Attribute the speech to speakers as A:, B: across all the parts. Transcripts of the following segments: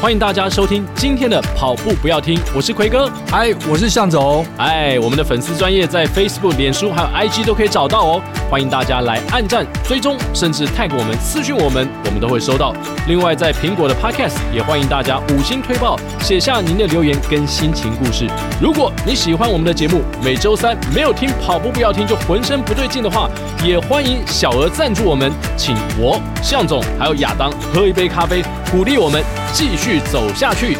A: 欢迎大家收听今天的跑步不要听，我是奎哥。
B: 嗨，我是向总。
A: 哎，我们的粉丝专业在 Facebook、脸书还有 IG 都可以找到哦，欢迎大家来按赞、追踪，甚至 tag 我们、私讯我们，我们都会收到。另外，在苹果的 Podcast 也欢迎大家五星推报，写下您的留言跟心情故事。如果你喜欢我们的节目，每周三没有听跑步不要听就浑身不对劲的话，也欢迎小额赞助我们，请我向总还有亚当喝一杯咖啡，鼓励我们继续走下去。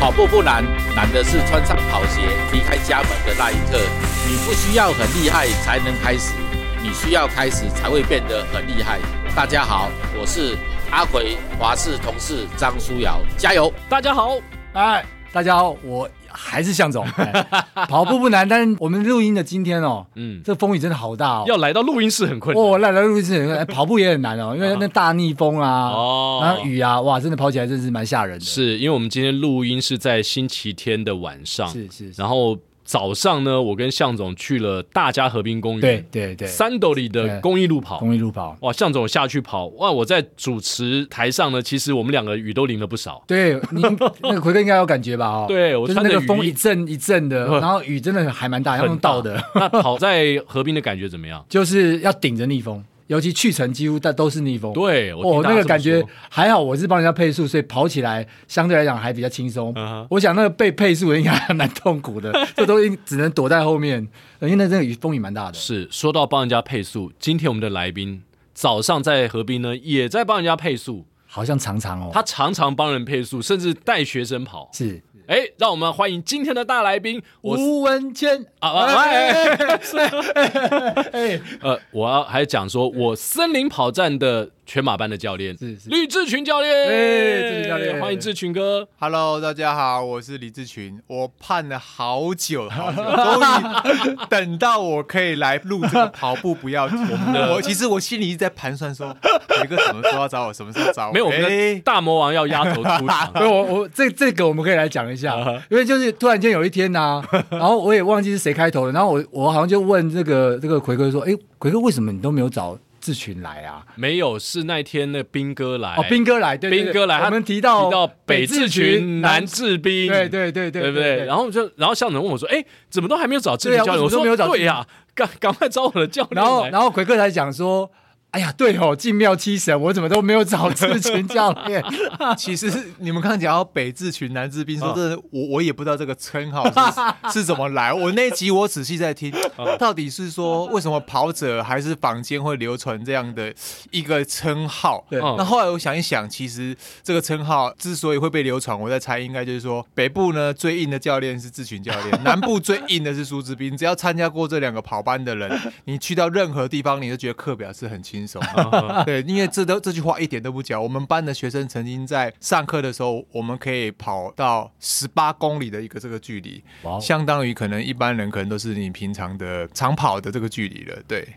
C: 跑步不难，难的是穿上跑鞋离开家门的那一刻。你不需要很厉害才能开始，你需要开始才会变得很厉害。大家好，我是阿奎，华视同事张书瑶，加油！
A: 大家好，
B: 哎，大家好，我还是向 总。哎跑步不难，但是我们录音的今天哦，
A: 嗯。
B: 这风雨真的好大哦。
A: 要来到录音室很困难
B: 哦，来来录音室， 哎跑步也很难哦，因为那大逆风啊，
A: 哦
B: 然后雨啊，哇，真的跑起来真是蛮吓人的。
A: 是因为我们今天录音是在星期天的晚上，
B: 是是是，
A: 啊然后早上呢，我跟向总去了大家河滨公园，
B: 对对对，
A: 三斗里的公益路跑。
B: 公益路跑。
A: 哇，向总下去跑，哇！我在主持台上呢，其实我们两个雨都淋了不 少。
B: 对，你 那个奎哥应该有感觉吧？哦，
A: 对我
B: 就是
A: 穿
B: 那
A: 着
B: 个风
A: 雨衣
B: 一阵一阵 的，
A: 嗯
B: 然后雨真的还蛮大，要用倒的，
A: 那跑在河滨的感觉怎么样？
B: 就是要顶着逆风，尤其去程几乎但都是逆风。
A: 对，我
B: 哦，
A: 听大家
B: 那个
A: 这么
B: 感觉
A: 说
B: 还好，我是帮人家配速，所以跑起来相对来讲还比较轻松。
A: 嗯哼
B: 我想那个被配速的应该还蛮痛 苦的，这都应只能躲在后面，因为那阵雨风雨蛮大的。
A: 是说到帮人家配速，今天我们的来宾早上在河滨呢，也在帮人家配速，
B: 好像常常哦，
A: 他常常帮人配速，甚至带学生跑。
B: 是
A: 哎，让我们欢迎今天的大来宾，我
B: 吴文谦
A: 啊啊哎
B: 哎，
A: 呃，我要还讲说，我森林跑站的全马班的教练
B: 是是
A: 吕志群教练，
B: 哎志群教练
A: 欢迎志群哥。
D: Hello，大家好，我是李志群。我盼了好久，好久，终于等到我可以来录这个跑步不要停。我们的，我其实我心里一直在盘算说，雷哥什么时候要找我，什么时候找我？
A: 没有，我们的
D: 哎
A: 大魔王要压头出场
B: 不，是我我这这个我们可以来讲一下，
A: 啊
B: 因为就是突然间有一天 呐、然后我也忘记是谁开头了，然后我我好像就问这个这个奎哥说，哎，奎哥为什么你都没有找志群来啊？
A: 没有，是那天那兵哥来，
B: 哦，兵哥来，对对对
A: 哎兵哥来，
B: 我
A: 他
B: 们提到
A: 提到北志
B: 志
A: 群、南
B: 志，
A: 志兵，
B: 对对对
A: 对
B: 对
A: 不对？然后就然后向总问我说，哎，怎么都还没有找志群
B: 对啊
A: 教练？
B: 为
A: 我
B: 什么
A: 说
B: 都没有找
A: 对呀，赶赶快找我的教练
B: 然后
A: 来
B: 然后奎哥才讲说。哎呀，对哦，进庙七神，我怎么都没有找志群教 练。
D: 其实你们刚刚讲到北志群、南志斌，说
A: 嗯
D: 真的，我我也不知道这个称号是是怎么来。我那集我仔细在听，到底是说为什么跑者还是坊间会流传这样的一个称号？
B: 对
A: 嗯
D: 那后来我想一想，其实这个称号之所以会被流传，我在猜应该就是说，北部呢最硬的教练是志群教练，南部最硬的是苏志斌。只要参加过这两个跑班的人，你去到任何地方，你都觉得课表是很轻松。 对，因为这都这句话一点都不假。我们班的学生曾经在上课的时候，我们可以跑到十八公里的一个这个距离
B: 哇哦，
D: 相当于可能一般人可能都是你平常的长跑的这个距离了。对，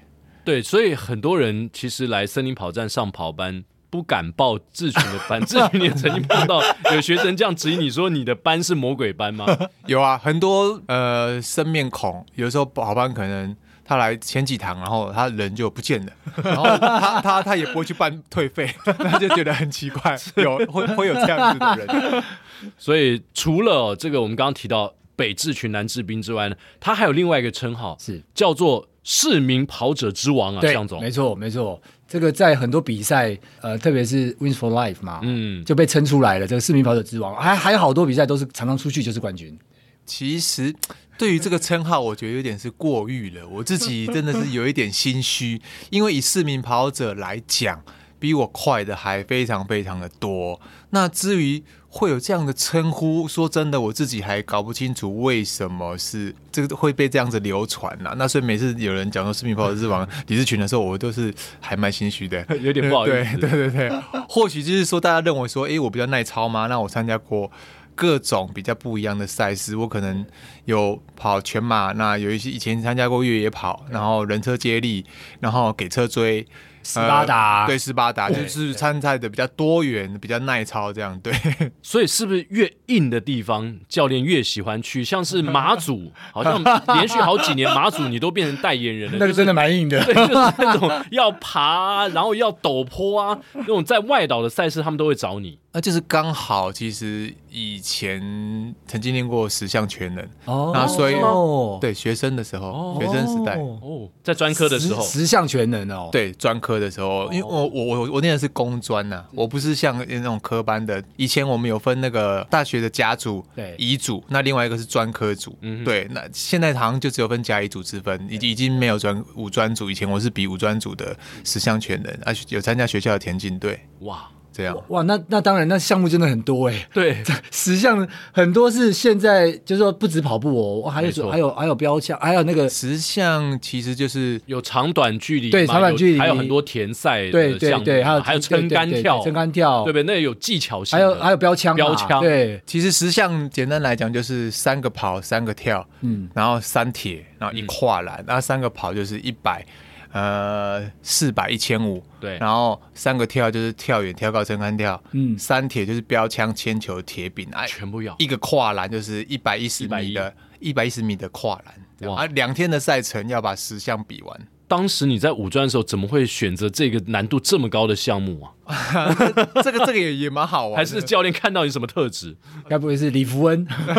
A: 对，所以很多人其实来森林跑站上跑班。不敢报志群的班，志群你也曾经碰 到有学生这样质疑你说你的班是魔鬼班吗？
D: 有啊，很多呃生面孔，有时候跑班可能他来前几堂，然后他人就不见了，然
B: 哦
D: 后 他他他也不会去办退费， 他就觉得很 奇怪，有会会有这样子的人，
A: 所以除了、哦这个我们刚刚提到北志群、南志兵之外呢，他还有另外一个称号，
B: 是
A: 叫做市民跑者之王啊，
B: 对
A: 向，总
B: 没。错没错，这个在很多比赛，呃，特别是 Wins for Life 嘛，
A: 嗯，
B: 就被称出来了。这个市民跑者之王，还还有好多比赛都是常常出去就是冠军。
D: 其实。对于这个称号，我觉得有点是过誉了。我自己真的是有一点心虚，因为以市民跑者来讲，比我快的还非常非常的多。那至于会有这样的称呼，说真的，我自己还搞不清楚为什么是这个会被这样子流传呐、那所以每次有人讲说“视频炮之王李志群”的时候，我都是还蛮心虚的，
A: 有点不好意 思
D: 对对对对，或许就是说大家认为说，诶，我比较耐操吗？那我参加过。各种比较不一样的赛事，我可能有跑全马，那有一些以前参加过越野跑，然后人车接力，然后给车追，呃
B: 斯巴达，
D: 对斯巴达
B: 对
D: 就是参赛的比较多元，比较耐操这样。对，
A: 所以是不是越硬的地方，教练越喜欢去？像是马祖，好像连续好几年马祖你都变成代言 人了，
B: 那个真的蛮硬的。
A: 对，就是那种要爬、啊，然后要陡坡啊，那种在外岛的赛事，他们都会找你。
D: 那就是刚好，其实以前曾经练过十项全能，
B: 哦
D: 那所以
B: 哦
D: 对学生的时候，学生时代。
A: 哦，在专科的时候，
B: 十十项全能哦。，
D: 对专科的时候，因为我我我我念的是工专呐、
B: 嗯
D: 我不是像那种科班的。以前我们有分那个大学的甲组、
B: 对
D: 乙组，那另外一个是专科组。
A: 嗯哼
D: 对，那现在好像就只有分甲乙组之分，已经已经没有专五专组。以前我是比五专组的十项全能，啊，有参加学校的田径队，
A: 哇，
D: 这样。
B: 哇，那那当然，那项目真的很多哎。
A: 对，
B: 十项很多是现在就是说不止跑步哦，哇还有
A: 没错
B: 还有还有标枪，还有那个
D: 十项其实就是
A: 有长短距离嘛，
B: 对长短
A: 有
B: 距离
A: 还有很多田赛
B: 对
A: 的
B: 对
A: 项目嘛，
B: 对，还有
A: 啊还有
B: 对
A: 撑杆
B: 对对
A: 跳，
B: 撑杆跳，
A: 对不对？那有技巧性
B: 还
A: 的，
B: 有还有标枪嘛，啊
A: 标枪
B: 对，
D: 其实十项简单来讲就是三个跑，三个跳，
B: 嗯
D: 嗯，然后三铁，然后一跨栏，然后三个跑就是一百，呃，四百一千五，
A: 对
D: 然后三个跳就是跳远、跳高、撑杆跳，
B: 嗯
D: 嗯，三铁就是标枪、铅球、铁饼，哎，
A: 全部要
D: 一个跨栏就是一百一十米的，一百一十米的跨栏，这样
A: 哇
D: 啊，两天的赛程要把十项比完。
A: 当时你在五专的时候，怎么会选择这个难度这么高的项目啊？
D: 这个这个也也蛮好玩的，
A: 还是教练看到你什么特质？
B: 该不会是李福恩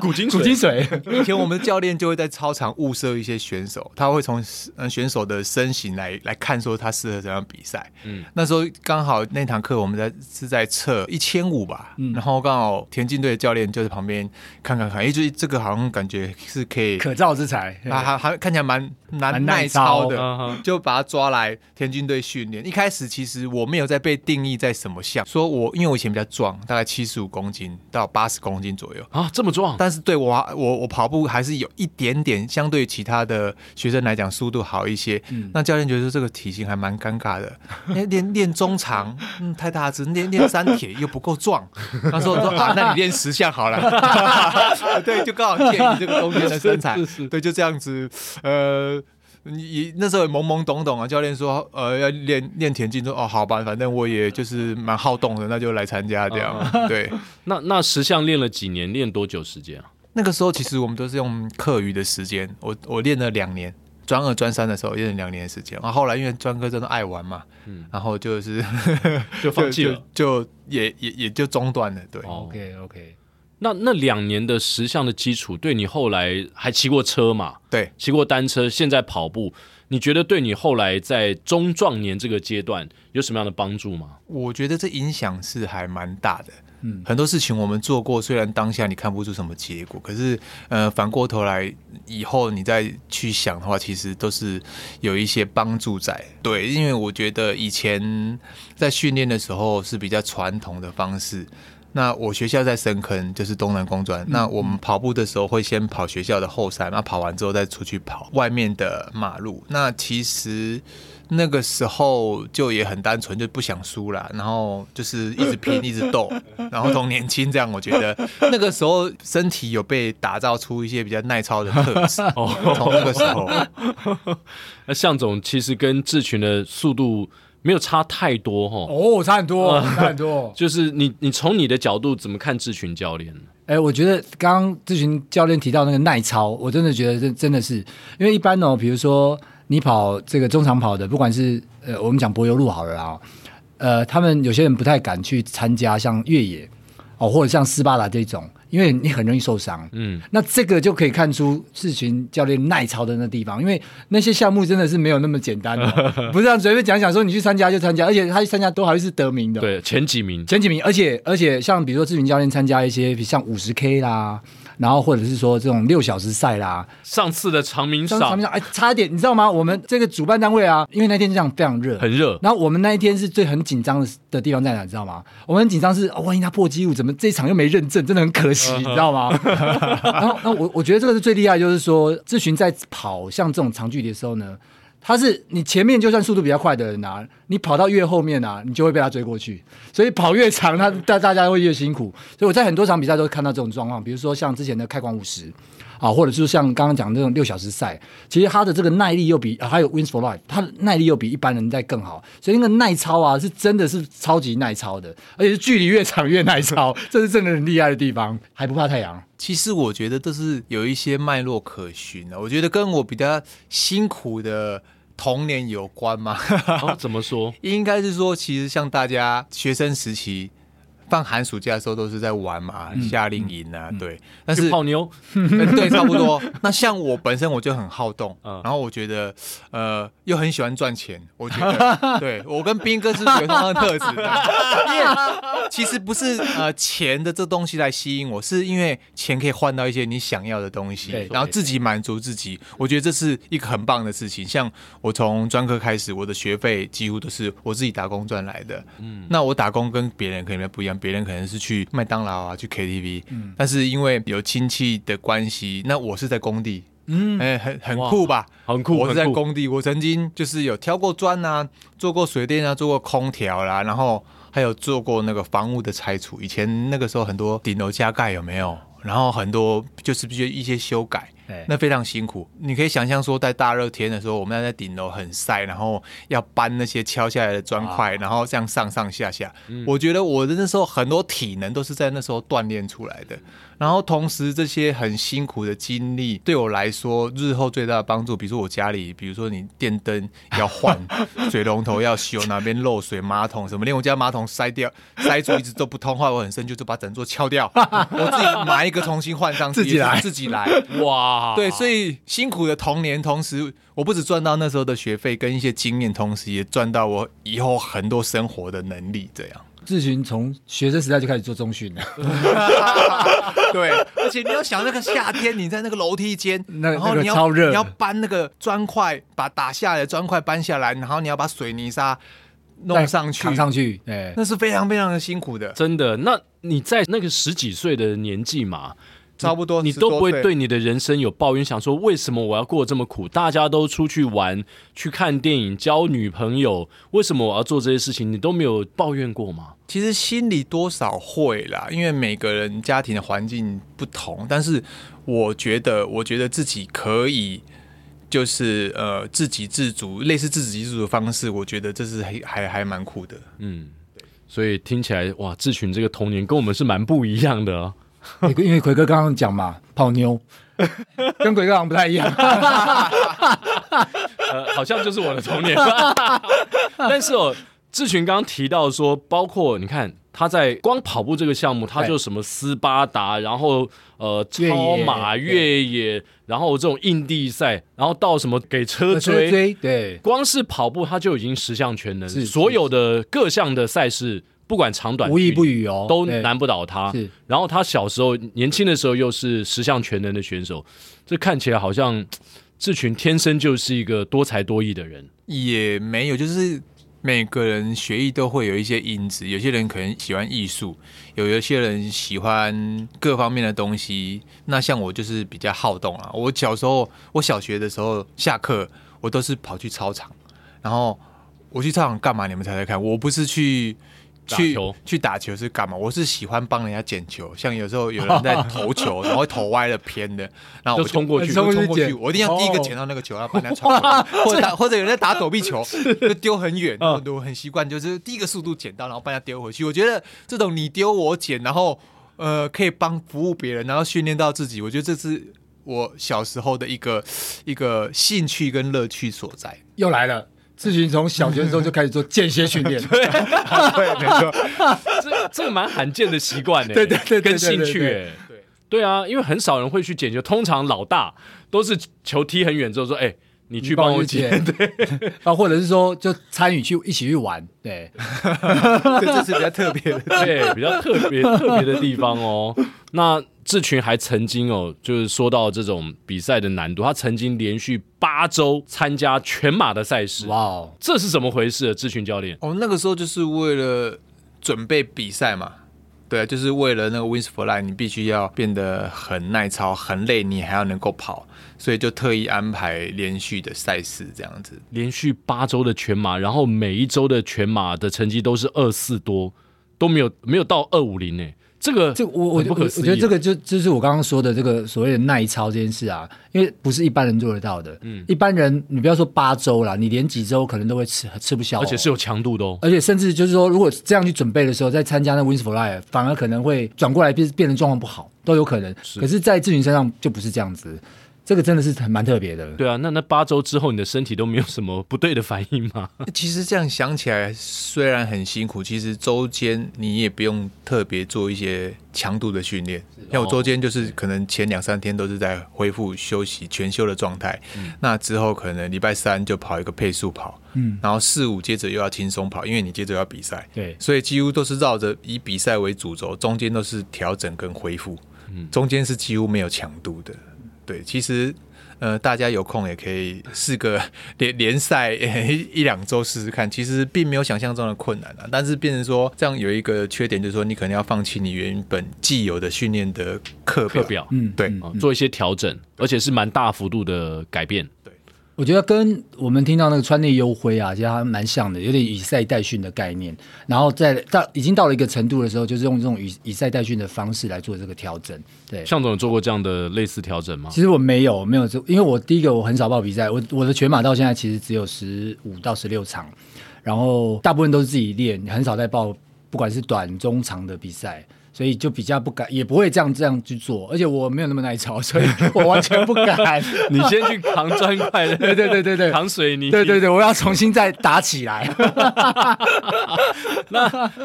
A: 古今
B: 古金水？
D: 以前我们的教练就会在操场物色一些选手，他会从嗯选手的身形来来看说他适合怎样比赛。
A: 嗯
D: 嗯，那时候刚好那堂课我们在是在测一千五吧，然后刚好田径队的教练就在旁边看看看，诶，这这个好像感觉是可以。
B: 可造之才，
D: 啊，还还看起来蛮
B: 蛮
D: 蛮
B: 耐
D: 耐操的，
A: 操嗯哼
D: 就把他抓来田径队训练。一开始其实我没有在被定义在什么项，说我因为我以前比较壮，大概七十五公斤到八十公斤左右，
A: 啊，这么壮，
D: 但是对我啊我我跑步还是有一点点相对于其他的学生来讲速度好一些。
A: 嗯
D: 那教练觉得说这个体型还蛮尴 尬的，练练练中长，嗯，太大只，练练三铁又不够壮。他说 说啊，那你练十项好了。 对，就刚好建议这个中间的身 材，
A: 是是是
D: 对，就这样子，呃。你那时候也懵懵懂懂啊，教练说，呃，要练练田径，说哦，好吧，反正我也就是蛮好动的，那就来参加这样，
A: 啊
D: 对。
A: 那那十项练了几年？练多久时间啊？
D: 那个时候其实我们都是用课余的时间，我我练了两年，专二专三的时候练了两年的时间，然后后来因为专科真的爱玩嘛，然后就是
A: 嗯 就放弃了，
D: 就就也也也就中断了，对。
A: 哦
B: OK OK，
A: 那那两年的十项的基础，对你后来还骑过车嘛？
D: 对，
A: 骑过单车，现在跑步，你觉得对你后来在中壮年这个阶段有什么样的帮助吗？
D: 我觉得这影响是还蛮大的。
B: 嗯
D: 嗯，很多事情我们做过，虽然当下你看不出什么结果，可是呃，反过头来以后你再去想的话，其实都是有一些帮助在。对，因为我觉得以前在训练的时候是比较传统的方式。那我学校在深坑，就是东南工专。那我们跑步的时候会先跑学校的后山，那跑完之后再出去跑外面的马路。那其实那个时候就也很单纯，就不想输啦，然后就是一直拼，一直斗，然后从年轻这样，我觉得那个时候身体有被打造出一些比较耐操的特质。从那个时候，
A: 那向总其实跟志群的速度没有差太多哈、哦，
B: 哦，差很多，差很多。
A: 就是你你从你的角度怎么看志群教练呢？
B: 哎，我觉得刚刚咨询教练提到那个耐操，我真的觉得真真的是，因为一般哦，比如说你跑这个中长跑的，不管是呃我们讲柏油路好了啦、哦，呃，他们有些人不太敢去参加像越野哦，或者像斯巴达这种，因为你很容易受伤。
A: 嗯，
B: 那这个就可以看出志群教练耐操的那地方，因为那些项目真的是没有那么简单的哦，不是让随便讲讲说你去参加就参加，而且他去参加都还是得名的。。哦
A: 对，前几名，
B: 前几名，而且而且像比如说志明教练参加一些像五十 K 啦，然后或者是说这种六小时赛啦，
A: 上次的长鸣
B: 像场
A: 赏
B: 面上哎差一点，你知道吗？我们这个主办单位啊，因为那天这样非常热，
A: 很 热，
B: 然后我们那一天是最很紧张的的地方在哪，你知道吗？我们很紧张是、哦万一他破纪录，怎么这一场又没认证，真的很可惜，你知道吗？ 然后，那我我觉得这个是最厉害，就是说，志群在跑像这种长距离的时候呢，他是你前面就算速度比较快的人啊，你跑到越后面啊，你就会被他追过去。所以跑越长，他大大家会越辛苦。所以我在很多场比赛都看到这种状况，比如说像之前的开馆五十啊，或者是像刚刚讲的那种六小时赛，其实他的这个耐力又比、啊还有 Wins for Life，他的耐力又比一般人在更好。所以那个耐操啊，是真的是超级耐操的，而且是距离越长越耐操，这是真的很厉害的地方，还不怕太阳。
D: 其实我觉得这是有一些脉络可循的、我觉得跟我比较辛苦的童年有关嘛，
A: 哦，怎么说？
D: 应该是说，其实像大家学生时期放寒暑假的时候都是在玩嘛，夏令营啊，对。但
A: 去
D: 是
A: 泡妞，
D: 嗯 对，差不多。那像我本身我就很好动，
A: 嗯
D: 然后我觉得呃又很喜欢赚钱，我觉得对我跟斌哥是有同样的特质的，因为 其实不是呃钱的这东西来吸引我，是因为钱可以换到一些你想要的东
B: 对
D: 西，然后自己满足自己，我觉得这是一个很棒的事情。像我从专科开始，我的学费几乎都是我自己打工赚来的，那我打工跟别人可能不一样，别人可能是去麦当劳啊，去 KTV，、但是因为有亲戚的关系，那我是在工地，嗯，哎、很很
A: 哇
D: 酷吧？
A: 很酷
D: 我是在
A: 很酷
D: 工地，我曾经就是有挑过砖啊，做过水电啊，做过空调啦，然后还有做过那个房屋的拆除。以前那个时候很多顶楼加盖有没有？然后很多就是必须一些修改
B: 对，
D: 那非常辛苦。你可以想象说，在大热天的时候，我们要在顶楼很晒，然后要搬那些敲下来的砖
A: 啊
D: 块，然后这样上上下下。
A: 嗯
D: 我觉得我的那时候很多体能都是在那时候锻炼出来的。然后同时这些很辛苦的经历对我来说，日后最大的帮助，比如说我家里，比如说你电灯 要换，水龙头要修，哪边漏水，马桶什么，连我家马桶 塞掉，塞住一直都不通，话我很生气，就把整座撬掉，我自己买一个重新换上去，
B: 自己来
D: 也是自己来。
A: 哇，
D: 对，所以辛苦的童年，同时我不止赚到那时候的学费跟一些经验，同时也赚到我以后很多生活的能力。这样，
B: 志群从学生时代就开始做中训了，
D: 对，而且你要想那个夏天，你在那个楼梯间，
B: 那
D: 然后
B: 那个
D: 你要
B: 超热
D: 你要搬那个砖块，把打下来的砖块搬下来，然后你要把水泥沙弄 上去，
B: 扛上去，哎对。
D: 那是非常非常的辛苦的。
A: 真的，那你在那个十几岁的年纪嘛，
D: 差不多
A: 你
D: 10
A: 都不会
D: 多岁
A: 对你的人生有抱怨，想说为什么我要过得这么苦？大家都出去玩、去看电影、交女朋友，为什么我要做这些事情？你都没有抱怨过吗？
D: 其实心里多少会啦，因为每个人家庭的环境不同，但是我觉得，我觉得自己可以。就是呃，自给自足，类似自给自足的方式，我觉得这是还还还蛮酷的。
A: 所以听起来哇，志群这个童年跟我们是蛮不一样的、啊。
B: 因为奎哥刚刚讲嘛，泡 妞跟奎哥好像不太一样。
A: 呃，好像就是我的童年。 但是哦，志群刚刚提到说，包括你看他在光跑步这个项目，他就什么斯巴达，然后呃
B: 越野
A: 超马
B: 对
A: 越野，然后这种硬地赛，然后到什么给车追，
B: 追追对，
A: 光是跑步他就已经十项全能，
B: 是
A: 所有的各项的赛事，不管长短，
B: 无一不。语哦，
A: 都
B: 对
A: 难不倒他
B: 是。
A: 然后他小时候年轻的时候又是十项全能的选手，这看起来好像志群天生就是一个多才多艺的人。
D: 也没有，就是每个人学艺都会有一些因子，有些人可能喜欢艺术，有有些人喜欢各方面的东西。那像我就是比较好动啊，我小时候，我小学的时候下课，我都是跑去操场，然后我去操场干嘛？你们猜猜看，我不是去。
A: 打
D: 去
A: 球
D: 去打球是干嘛？我是喜欢帮人家捡球，像有时候有人在 投球，然后投歪了偏的，然后我
A: 就冲过去
D: 我就呃冲
B: 冲
D: 过
B: 过
D: 去，
B: 去
D: 我一定要第一个捡到那个球，然后把人家传过去，或者打或者有人在打躲避球，就丢很远，然后我很习惯就是第一个速度捡到，然后把人家丢回去。我觉得这种你丢我捡，然后呃可以帮服务别人，然后训练到自己，我觉得这是我小时候的一个一个兴趣跟乐趣所在。
B: 又来了。志群从小学的时候就开始做间歇训练，
D: 对，没错。
A: 这这个蛮罕见的习 惯呢，
B: 对对对对对
A: 跟兴趣
B: 对对
A: 哎，对啊，因为很少人会去捡球，通常老大都是球踢很远之后说，哎，你去帮我捡，
B: 对， 啊，或者是说就参与去一起去玩，对，
D: 对，这是比较特别的。
A: 对，比较特别特别的地方 哦。那志群还曾经哦，就是说到这种比赛的难度，他曾经连续八周参加全马的赛事，
B: 哇哦，
A: 这
D: 哦
A: 是怎么回事啊？志群教练，
D: 我们那个时候就是为了准备比赛嘛，对，啊就是为了那个 wins for line，你必须要变得很耐操、很累，你还要能够跑，所以就特意安排连续的赛事这样子。
A: 连续八周的全马，然后每一周的全马的成绩都是二四多，都没有没有到二五零诶，这个
B: 这我我
A: 很
B: 我
A: 不可
B: 我
A: 思议
B: 觉得这个就就是我刚刚说的这个所谓的耐操这件事啊，因为不是一般人做得到的。嗯，一般人你不要说八周啦，你连几周可能都会吃吃不消、
A: 而且是。有强度的哦。
B: 而且甚至就是说，如果这样去准备的时候，在参加那 Wins for Life，反而可能会转过来变变成状况不好，都有可能。可是，在志云身上就不是这样子，这个真的是很蛮特别的。
A: 对啊，那那八周之后，你的身体都没有什么不对的反应 吗？
D: 其实这样想起来，虽然很辛苦，其实周间你也不用特别做一些强度的训练。像我周间就是可能前两三天都是在恢复休息全休的状态，那之后可能礼拜三就跑一个配速跑，嗯，然后四五接着又要轻松跑，因为你接着要比赛，
B: 对
D: 所以几乎都是绕着以比赛为主轴，中间都是调整跟恢复，中间是几乎没有强度的。对，其实呃，大家有空也可以试个联联赛一一两周试试看，其实并没有想象中的困难啊。但是变成说这样有一个缺点，就是说你可能要放弃你原本既有的训练的课
A: 课
D: 表。
A: 表
B: 嗯，
D: 对
A: 哦做一些调整，而且是蛮大幅度的改变。
B: 我觉得跟我们听到那个川内优辉啊，其实还蛮像的，有点以赛代训的概念。然后在到已经到了一个程度的时候，就是用这种以以赛代训的方式来做这个调整。对，
A: 向总有做过这样的类似调整吗？
B: 其实我没有没有做，因为我第一个我很少报比赛，我我的全马到现在其实只有十五到十六场，然后大部分都是自己练，很少在报，不管是短、中、长的比赛。所以就比较不敢，也不会这样这样去做，而且我没有那么耐操，所以我完全不敢。
A: 你先去扛砖块，
B: 对对对对对，
A: 扛水泥。
B: 对对对，我要重新再打起 来。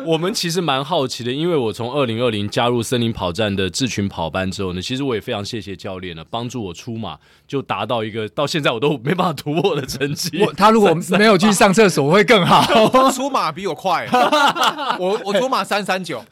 A: 我们其实蛮好奇的，因为我从二零二零加入森林跑站的智群跑班之后呢，其实我也非常谢谢教练了，帮助我出马，就达到一个到现在我都没办法突破的成绩。
B: 我他如果没有去上厕所会更 好。
D: 他出马比我快， 我我出马三三九，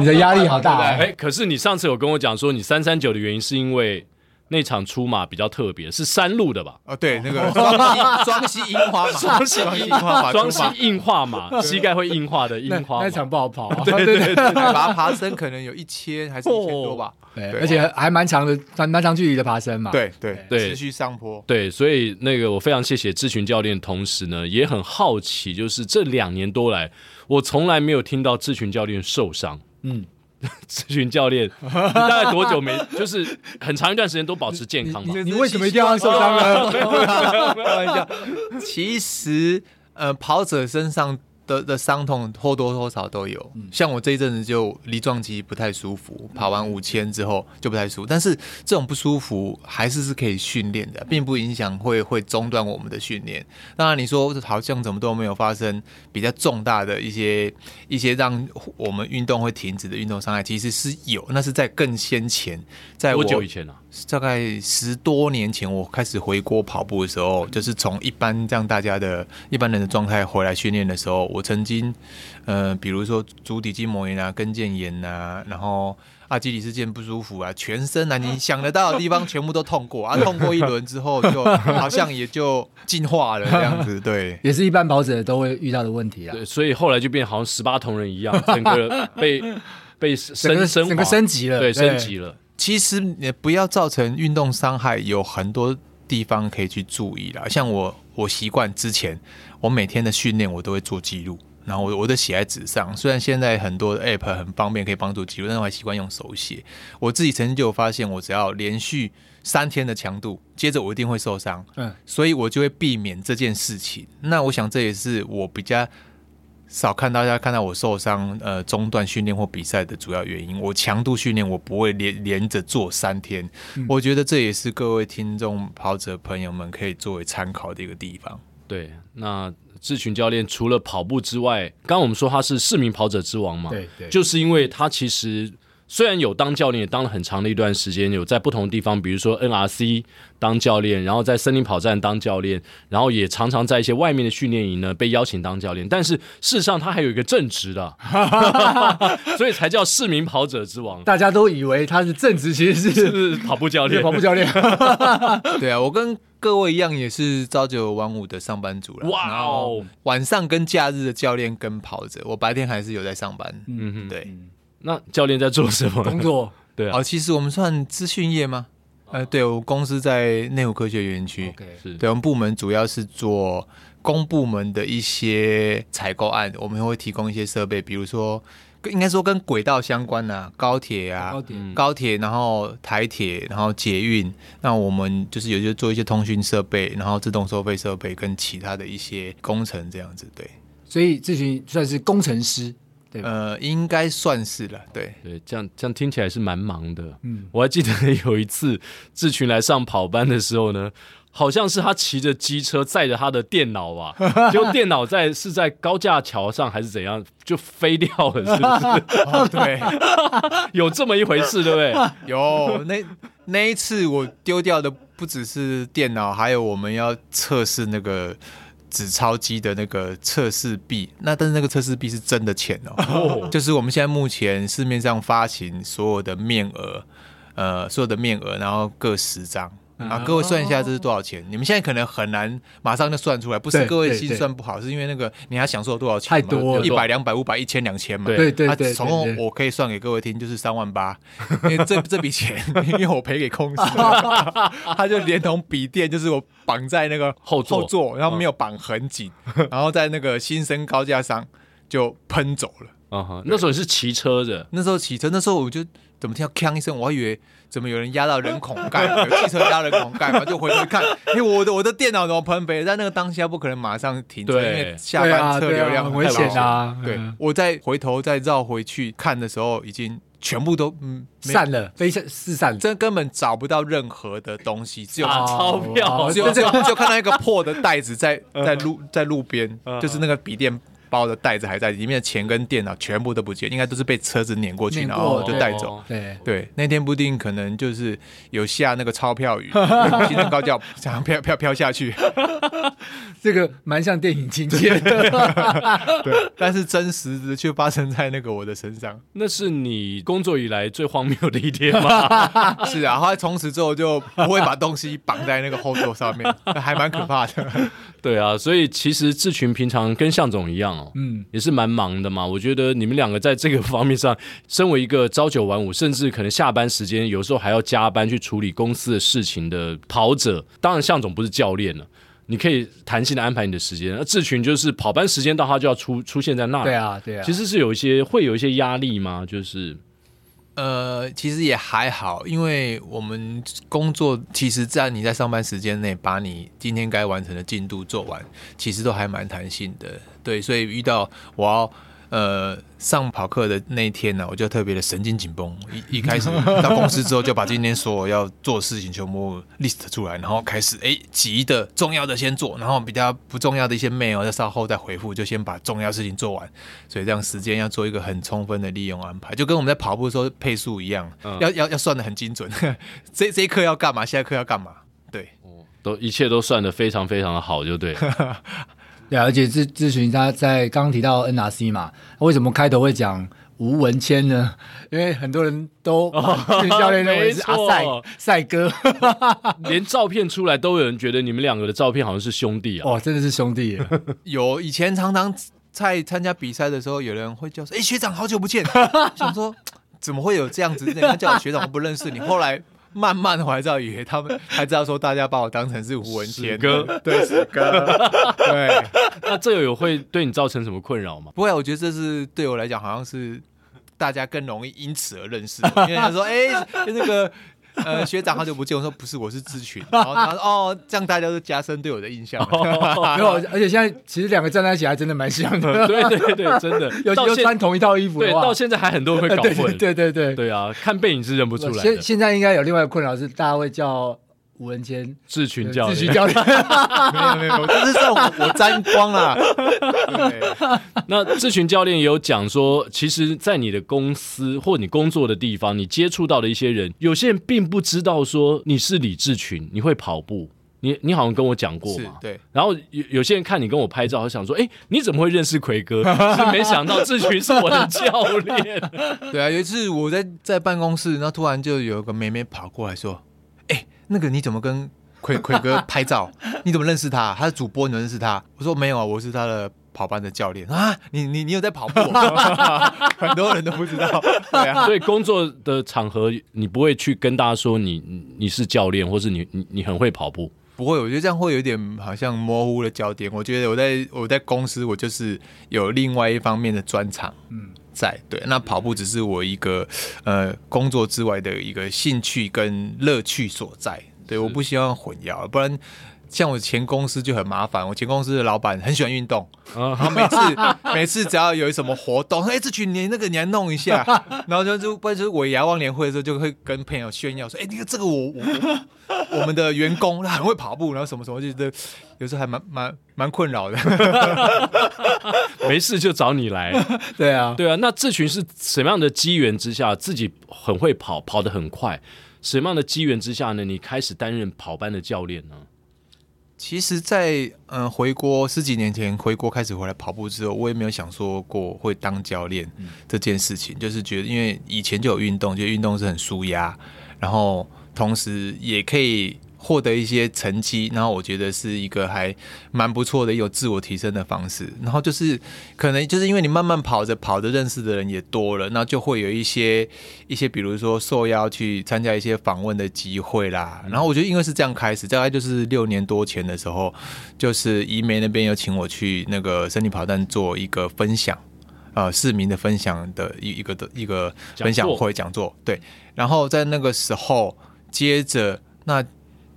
B: 你的压力好大、
A: 哎、可是你上次有跟我讲说，你三三九的原因是因为那场出马比较特别，是山路的吧？
D: 哦，对，那个双膝双膝樱花马，双膝樱花
B: 啊
D: 马，
A: 双
D: 出
A: 膝
D: 马
A: 硬化 嘛，膝盖会硬化的硬
B: 那
A: 化嘛。
B: 那场不好跑、啊，
D: 对对对，爬爬升可能有一千还是一千多吧，
B: 对，
D: 对
B: 而且还蛮长的，蛮蛮长距离的爬升嘛。，
D: 哦对对
A: 对
D: 啊持续上坡。
A: 对，所以那个我非常谢谢志群教练，同时呢也很好奇，就是这两年多来，我从来没有听到志群教练受伤。嗯
B: 嗯，
A: 志群教练，你大概多久没？ 就是很长一段时间都保持健康嘛？
B: 你为什么一定要受伤 呢？
D: 开玩笑。 其实，呃，跑者身上的的伤痛或多或少都有。
A: 嗯
D: 像我这一阵子就梨状肌不太舒服，跑完五千之后就不太舒服。但是这种不舒服还是是可以训练
A: 嗯
D: 的，并不影响会会中断我们的训练。当然，你说好像怎么都没有发生比较重大的一些一些让我们运动会停止的运动伤害，其实是有，那是在更先前，在我
A: 多久以前啊？
D: 大概十多年前，我开始回国跑步的时候，就是从一般这样大家的一般人的状态回来训练的时候，我曾经，呃，比如说足底筋膜炎啊、跟腱炎啊，然后阿基里斯腱不舒服啊，全身啊，你想得到的地方全部都痛过啊，痛过一轮之后就，好像也就进化了这样子，对。
B: 也是一般跑者都会遇到的问题啦。啊
A: 对，所以后来就变好像十八铜人一样，整 个被被
B: 整
A: 升
B: 个
A: 升华
B: 整个升级了，
A: 对升级了。
D: 其实你不要造成运动伤害，有很多地方可以去注意啦。像我，我习惯之前，我每天的训练我都会做记录，然后我我都写在纸上。虽然现在很多的 app 很方便可以帮助记录，但是我还习惯用手写。我自己曾经就有发现，我只要连续三天的强度，接着我一定会受伤，
B: 嗯，
D: 所以我就会避免这件事情。那我想这也是我比较少看大家看到我受伤，呃，中断训练或比赛的主要原因。我强度训练我不会连连着做三天，
A: 嗯
D: 我觉得这也是各位听众跑者朋友们可以作为参考的一个地 方。
A: 对，那志群教练除了跑步之外，刚刚我们说他是市民跑者之王嘛，
B: 对对
A: 就是因为他其实虽然有当教练，也当了很长的一段时间，有在不同地方，比如说 NRC 当教练，然后在森林跑站当教练，然后也常常在一些外面的训练营呢被邀请当教练，但是事实上他还有一个正职 的，所以才叫市民跑者之王，
B: 大家都以为他是正职，其实是
A: 是跑步教
B: 是
A: 练
B: 跑。步教练。
D: 对啊，我跟各位一样也是朝九晚五的上班族了。
A: 哇哦！
D: 晚上跟假日的教练跟跑者，我白天还是有在上班。嗯嗯，对。
A: 那教练在做什么？
B: 工作
A: 对啊
D: 哦，，其实我们算资讯业吗？呃，对，我公司在内湖科学园区，
B: ，OK，
A: 是
D: 对，我们部门主要是做公部门的一些采购案，我们会提供一些设备，比如说应该说跟轨道相关的、啊、高铁啊
B: 高，点
A: 嗯
D: 高铁，然后台铁，然后捷运，那我们就是有些做一些通讯设备，然后自动收费设备跟其他的一些工程这样子，对，
B: 所以志群算是工程师，对吧？
D: 呃，应该算是了，对，
A: 对，这样这样听起来是蛮忙的。
B: 嗯
A: 我还记得 有一次志群来上跑班的时候呢，好像是他骑着机车载着他的电脑吧，就电脑在是在高架桥上还是怎样，就飞掉了，是不是？
D: 哦、 对，
A: 有这么一回事，对不啊对？
D: 有 那那一次我丢掉的不只是电脑，还有我们要测试那个纸钞机的那个测试币，那但是那个测试币是真的钱 哦，
A: 哦，
D: 就是我们现在目前市面上发行所有的面额，呃，所有的面额，然后各十张。啊，各位算一下这是多少钱？你们现在可能很难马上就算出来，不是
B: 对
D: 各位
B: 对
D: 心
B: 对
D: 算不好，是因为那个你还想说多少钱
B: 太
D: 嘛
B: 多了
D: 一百、两百、五百、一千、两千嘛。
A: 对
B: 对对
D: 啊
B: 对，
D: 总
B: 对
D: 共
B: 对
D: 我可以算给各位听，就是三万八， 因为这这笔钱，因为我赔给 公司，他就连同笔电，就是我绑在那个
A: 后座
D: 后座，然后没有绑很 紧，然后在那个新生高架上就喷走了。
A: 啊哈，那时候你是骑车的，
D: 那时候骑车，那时候我就怎么听到锵一声，我还以为怎么有人压到人孔盖，有汽车压人孔盖嘛，然后就回头一看，因为我的我的电脑怎么喷飞？在那个当下不可能马上停车，因
A: 对
D: 为下
B: 对啊
D: 班车流
B: 对啊
D: 量
B: 很
D: 太
B: 危
D: 高
B: 险啊
D: 对
B: 嗯，
D: 我再回头再绕回去看的时候，已经全部都嗯没
B: 散了，飞散四散了，
D: 真根本找不到任何的东西，只有
A: 啊钞票
B: 哦嗯
D: 只有只有 只有看到一个破的袋 子在在路在路边，就是那个笔电包的袋子还在，里面的钱跟电脑全部都不见，应该都是被车子碾过去，
B: 碾
D: 然
B: 过
D: 后就带走。
A: 哦。
B: 对，
D: 对，那天布丁可能就是有下那个钞 票雨，行政高教想要飘飘飘下去，
B: 这个蛮像电影情节 的。
D: 对，但是真实的却发生在那个我的身上。
A: 那是你工作以来最荒谬的一天吗？
D: 是啊，后来从此之后就不会把东西绑在那个后座上面，还蛮可怕的。
A: 对啊，所以其实志群平常跟向总一样哦，
B: 嗯，
A: 也是蛮忙的嘛。我觉得你们两个在这个方面上，身为一个朝九晚五，甚至可能下班时间有时候还要加班去处理公司的事情的跑者，当然向总不是教练了。你可以弹性的安排你的时间，那志群就是跑班时间到，他就要出出现在那里。
B: 对啊，对啊。
A: 其实是有一些会有一些压力吗？就是
D: 呃，其实也还好，因为我们工作其实，在你在上班时间内把你今天该完成的进度做完，其实都还蛮弹性的。对，所以遇到我要呃上跑课的那一天呢、我就特别的神经紧绷。一一开始到公司之后，就把今天所有要做的事情全部 list 出来，然后开始哎急的重要的先做，然后比较不重要的一些 mail 再稍后再回复，就先把重要事情做完。所以这样时间要做一个很充分的利用安排，就跟我们在跑步的时候配速一样，
A: 嗯
D: 要要要算的很精准。 这这一刻要干嘛，下一刻要干嘛？对，
A: 都一切都算得非常非常的好，就对。
B: 对啊，而且咨咨询他在刚刚提到 NRC 嘛，为什么开头会讲吴文谦呢？因为很多人都这个教练认为是阿
A: 哦没
B: 赛
A: 错
B: 赛哥，
A: 连照片出来都有人觉得你们两个的照片好像是兄弟啊。
B: 哇，真的是兄弟耶，
D: 有以前常常在参加比赛的时候，有人会叫说：“哎、学长，好久不见。” 想说怎么会有这样子？人家叫我学长，我不认识你。后来。慢慢的，我还知道以为他们还知道说大家把我当成是胡文
A: 史
D: 谦
A: 哥，
D: 对史哥，对，
A: 那这有会对你造成什么困扰吗？
D: 不会，我觉得这是对我来讲，好像是大家更容易因此而认识 我，因为他说：“哎、那个呃学长好久不见。”我说：“不是，我是咨询。”然后他说：“哦，这样大家都加深对我的印象。
B: 然后而且现在其实两个站在一起还真的蛮像 的，
A: 对对对，真的， 嗯
B: 尤其
A: 到
B: 又
A: 现
B: 穿同一套衣服
A: 对，
B: 的话
A: 到，现在还很多人会搞
B: 对
A: 混。
B: 对对对对。
A: 对啊，看背影是认不出来
B: 现
A: 的。
B: 现在应该有另外一个困扰是，大家会叫吴文谦
A: 志群教
B: 自己
A: 练，
B: 教练，
D: 没有没有，我就是这种我沾光啦。对
A: 那志群教练也有讲说，其实，在你的公司或你工作的地方，你接触到的一些人，有些人并不知道说你是李志群，你会跑步。你你好像跟我讲过
D: 是
A: 嘛？，
D: 对。
A: 然后有有些人看你跟我拍照，想说，哎，你怎么会认识奎哥？ 是没想到志群是我的教练。
D: 对啊，有一次我在在办公室，然后突然就有个妹妹跑过来说：“哎、那个你怎么 跟奎奎哥拍照？你怎么认识他？他是主播，你怎么认识他？”我说：“没有啊，我是他的。”跑班的教练啊，你你你有在跑步 哦、很多人都不知道，对啊，
A: 所以工作的场合，你不会去跟大家说你你你是教练，或是你你你很会跑步。
D: 不会，我觉得这样会有点好像模糊了焦点。我觉得我在我在公司，我就是有另外一方面的专长，嗯，在对。那跑步只是我一个呃工作之外的一个兴趣跟乐趣所在。对，我不希望混淆，不然像我前公司就很麻烦。我前公司的老板很喜欢运动，
A: 啊
D: 然后每次 每次只要有什么活动，哎、这群你那个你来弄一下，然后就就不然就是尾牙忘年会的时候，就会跟朋友炫耀说，哎、那个这个我我我我们的员工他很会跑步，然后什么什么，就觉得有时候还蛮蛮蛮困扰的。
A: 没事就找你来。
B: 对啊，
A: 对啊，那这群是什么样的机缘之下，自己很会跑，跑得很快？什么样的机缘之下呢？你开始担任跑班的教练呢？
D: 其实在，嗯回国十几年前回国开始回来跑步之后，我也没有想说过会当教练这件事情，就是觉得因为以前就有运动，觉得运动是很舒压，然后同时也可以获得一些成绩，然后我觉得是一个还蛮不错的一种自我提升的方式。然后就是可能就是因为你慢慢跑着跑着，认识的人也多了，那就会有一些一些比如说受邀去参加一些访问的机会啦。然后我觉得因为是这样开始，大概就是六年多前的时候，就是怡梅那边有请我去那个身体跑站做一个分享。呃，市民的分享的一一个的一个分享会讲座，对。然后在那个时候，接着那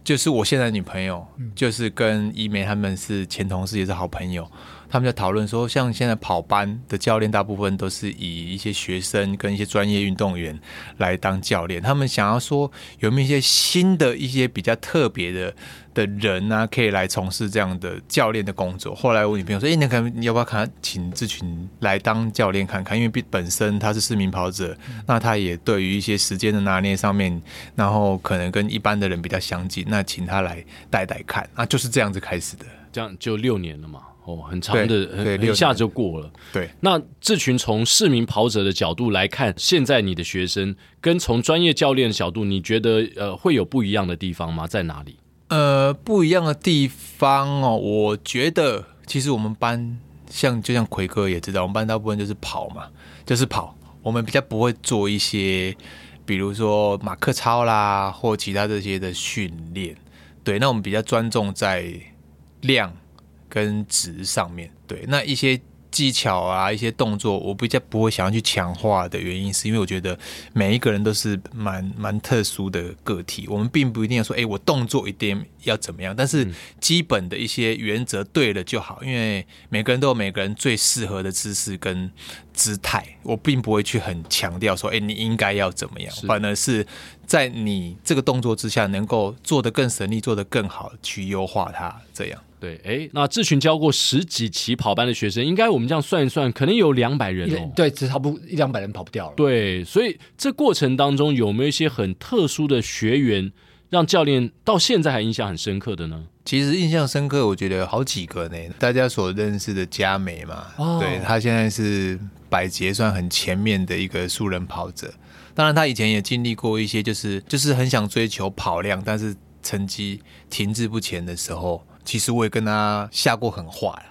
D: 就是我现在的女朋友，就是跟怡梅他们是前同事，也是好朋友。他们在讨论说，像现在跑班的教练，大部分都是以一些学生跟一些专业运动员来当教练。他们想要说，有没有一些新的一些比较特别的的人啊，可以来从事这样的教练的工作？后来我女朋友说：“哎、那个你要不要看请这群来当教练看看？因为毕本身他是市民跑者，那他也对于一些时间的拿捏上面，然后可能跟一般的人比较相近，那请他来带带看。”啊，就是这样子开始的。
A: 这样就六年了嘛，哦，很长
D: 对
A: 的，
D: 对六
A: 很
D: 年
A: 一下就过了。
D: 对，
A: 那这群从市民跑者的角度来看，现在你的学生跟从专业教练的角度，你觉得呃会有不一样的地方吗？在哪里？
D: 呃，不一样的地方哦，我觉得其实我们班像就像奎哥也知道，我们班大部分就是跑嘛，就是跑。我们比较不会做一些，比如说马克操啦，或其他这些的训练。对，那我们比较专重在量跟值上面。对，那一些技巧啊，一些动作，我比较不会想要去强化的原因，是因为我觉得每一个人都是蛮蛮特殊的个体，我们并不一定要说，哎、我动作一定要怎么样，但是基本的一些原则对了就好，因为每个人都有每个人最适合的姿势跟姿态，我并不会去很强调说，哎、你应该要怎么样，反而是在你这个动作之下，能够做得更省力，做得更好，去优化它，这样。
A: 对，哎，那这群教过十几期跑班的学生，应该我们这样算一算，可能有两百人
B: 一
A: 哦。
B: 对，只差不多一两百人跑不掉了。
A: 对，所以这过程当中有没有一些很特殊的学员，让教练到现在还印象很深刻的呢？
D: 其实印象深刻，我觉得有好几个呢。大家所认识的佳美嘛，
B: 哦
D: 对她现在是百捷算很前面的一个素人跑者。当然，她以前也经历过一些，就是就是很想追求跑量，但是成绩停滞不前的时候，其实我也跟她下过狠话了。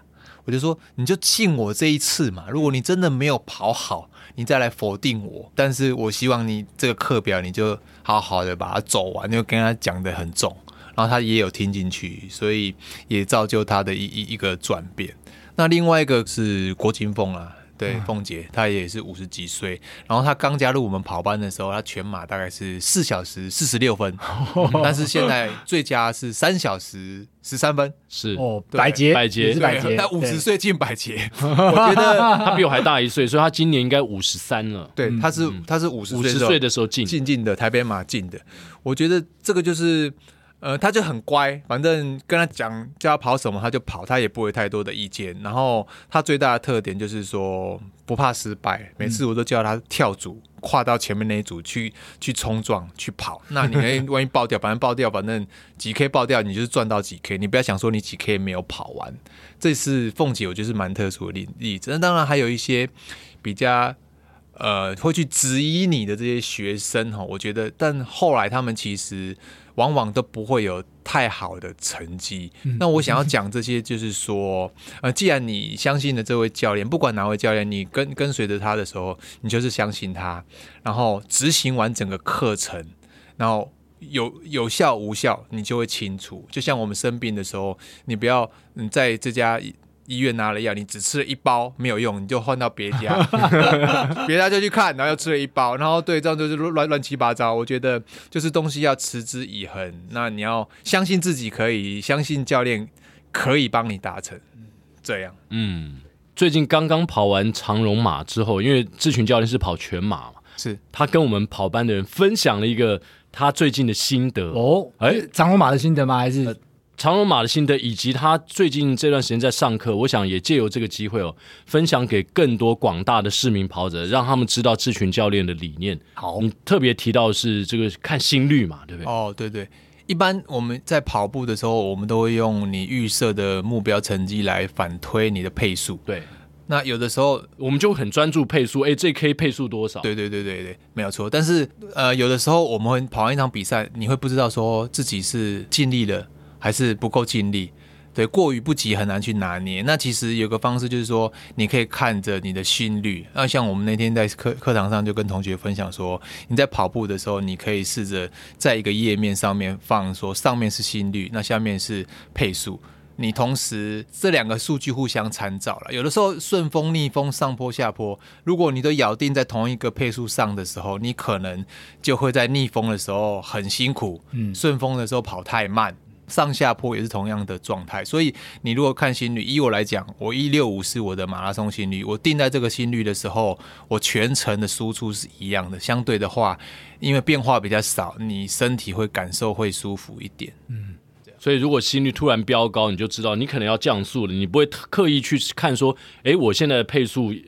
D: 我就说，你就信我这一次嘛。如果你真的没有跑好，你再来否定我。但是我希望你这个课表，你就好好的把它走完，就跟他讲的很重。然后他也有听进去，所以也造就他的一一一个转变。那另外一个是郭金凤啊，对，
B: 嗯
D: 凤姐，她也是五十几岁。然后她刚加入我们跑班的时候，她全马大概是四小时四十 六分，但是现在最佳是三小时十三分。
A: 是，
B: 哦，
D: 对
B: 百杰，
A: 百杰
B: 也是百
D: 对
B: 杰，
D: 他五
B: 对
D: 十岁进百 杰，我觉得
A: 他比我还大一岁，所以他今年应该五十三了。
B: 嗯
D: 对，他是他是五十
A: 五十岁
D: 的
A: 的时候进，
D: 进进的台北马进的，我觉得这个就是。呃，他就很乖，反正跟他讲叫他跑什么他就跑，他也不会太多的意见。然后他最大的特点就是说不怕失败，每次我都叫他跳组，跨到前面那一组去去冲撞去跑。那你哎万一爆掉，反正爆掉，反正几 K 爆掉，你就是赚到几 K，你不要想说你几 K 没有跑完。这是凤姐，我觉得是蛮特殊的例例子。那当然还有一些比较呃会去质疑你的这些学生哈，我觉得，但后来他们其实，往往都不会有太好的成绩。那我想要讲这些，就是说，呃，既然你相信了这位教练，不管哪位教练，你跟跟随着他的时候，你就是相信他，然后执行完整个课程，然后有有效无效，你就会清楚。就像我们生病的时候，你不要你在这家医医院拿了药，你只吃了一包没有用，你就换到别家， 别家就去看，然后又吃了一包，然后对，这样就是乱乱七八糟。我觉得就是东西要持之以恒，那你要相信自己可以，相信教练可以帮你达成，这样。
A: 嗯，最近刚刚跑完长荣马之后，因为志群教练是跑全马嘛，
D: 是
A: 他跟我们跑班的人分享了一个他最近的心得。
B: 哦，
A: 哎呃
B: 哎，长龙马的心得吗？还是
A: 长龙马的心得，以及他最近这段时间在上课，我想也借由这个机会哦，分享给更多广大的市民跑者，让他们知道志群教练的理念。
B: 好
A: 你特别提到的是这个看心率嘛，对不对？
D: 哦，对对，一般我们在跑步的时候，我们都会用你预设的目标成绩来反推你的配速。
A: 对，
D: 那有的时候
A: 我们就很专注配速，哎，这 K 配速多少？，
D: 对对对对对，没有错。但是呃，有的时候我们会跑完一场比赛，你会不知道说自己是尽力了还是不够尽力。对，过于不及很难去拿捏。那其实有个方式就是说，你可以看着你的心率。那像我们那天在课课堂上就跟同学分享说，你在跑步的时候，你可以试着在一个页面上面放说，上面是心率，那下面是配速。你同时这两个数据互相参照了，有的时候顺风逆风、上坡下坡，如果你都咬定在同一个配速上的时候，你可能就会在逆风的时候很辛苦，嗯，顺风的时候跑太慢。上下坡也是同样的状态，所以你如果看心率，以我来讲，我一六五是我的马拉松心率，我定在这个心率的时候，我全程的输出是一样的。相对的话，因为变化比较少，你身体会感受会舒服一点。
A: 所以如果心率突然飙高，你就知道你可能要降速了，你不会特刻意去看说，哎，我现在的配速也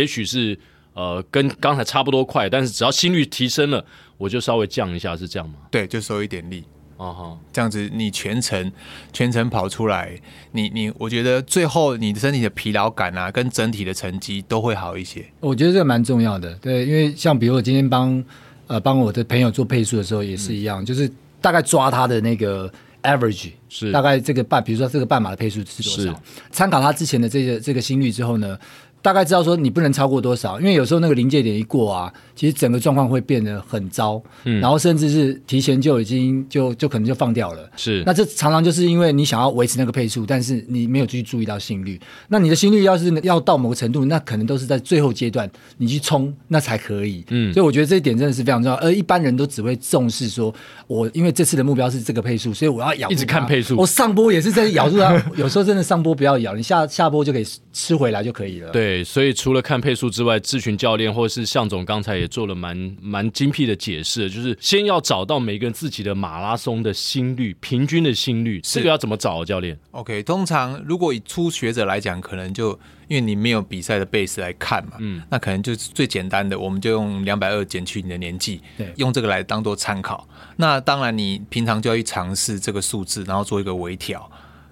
A: 也许是呃跟刚才差不多快，但是只要心率提升了，我就稍微降一下，是这样吗？
D: 对，就收一点力。
A: 啊哈，
D: 这样子你全程全程跑出来，你你我觉得最后你的身体的疲劳感啊，跟整体的成绩都会好一些。
B: 我觉得这个蛮重要的，对，因为像比如我今天帮呃帮我的朋友做配速的时候也
A: 嗯
B: 是一样，就是大概抓他的那个 average，
A: 是
B: 大概这个半，比如说这个半马的配速是多
A: 是
B: 少，参考他之前的这个这个心率之后呢，大概知道说你不能超过多少，因为有时候那个临界点一过啊，其实整个状况会变得很糟，
A: 嗯
B: 然后甚至是提前就已经就就可能就放掉了。
A: 是
B: 那这常常就是因为你想要维持那个配速，但是你没有去注意到心率。那你的心率要是要到某个程度，那可能都是在最后阶段你去冲，那才可以。嗯，所以我觉得这一点真的是非常重要。而一般人都只会重视说，我因为这次的目标是这个配速，所以我要咬
A: 一
B: 住它
A: 直看配速
B: 我上波也是在咬住它，有时候真的上波不要咬，你下下波就可以吃回来就可以了。，
A: 对，所以除了看配速之外，咨询教练或是向总刚才也做了蛮蛮精辟的解释，就是先要找到每个人自己的马拉松的心率，平均的心率，这个要怎么找、啊，教练？
D: OK，通常如果以初学者来讲，可能就因为你没有比赛的 base 来看嘛，嗯，那可能就是最简单的，我们就用两百二减去你的年纪，
B: 对
D: 用这个来当做参考。那当然，你平常就要去尝试这个数字，然后做一个微调。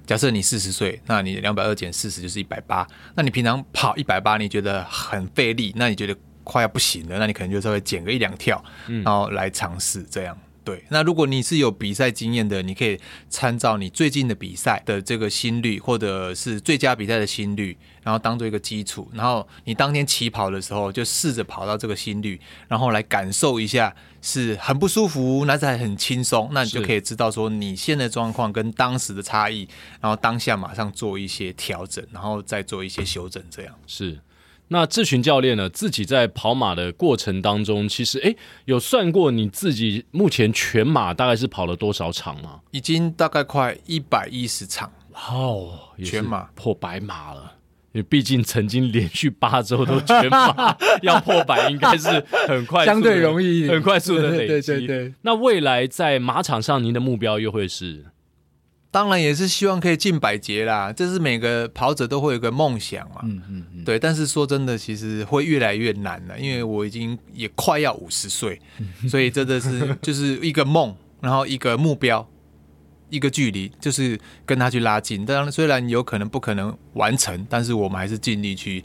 D: 假设你四十岁，那你两百二减四十就是一百八。那你平常跑一百八，你觉得很费力，那你觉得快要不行了，那你可能就稍微减个一两跳，然后来尝试这样。对，那如果你是有比赛经验的，你可以参照你最近的比赛的这个心率，或者是最佳比赛的心率，然后当做一个基础，然后你当天起跑的时候就试着跑到这个心率，然后来感受一下是很不舒服，那是还很轻松，那你就是可以知道说你现在状况跟当时的差异，然后当下马上做一些调整，然后再做一些修正，这样。
A: 是。那志群教练呢，自己在跑马的过程当中，其实诶有算过你自己目前全马大概是跑了多少场吗？
D: 已经大概快一百一十场，
A: 哦，也是
D: 全马
A: 破百马了。因为毕竟曾经连续八周都全马， 要破百应该是很快速的，
B: 相对容易一点
A: 很快速的累积。
B: 对对对对
A: 那未来在马场上，您的目标又会是？
D: 当然也是希望可以进百节啦，这是每个跑者都会有一个梦想嘛。
B: 嗯嗯嗯，
D: 对，但是说真的，其实会越来越难了，因为我已经也快要五十 岁，所以真的是就是一个梦，然后一个目标，一个距离，就是跟他去拉近。当然，虽然有可能不可能完成，但是我们还是尽力去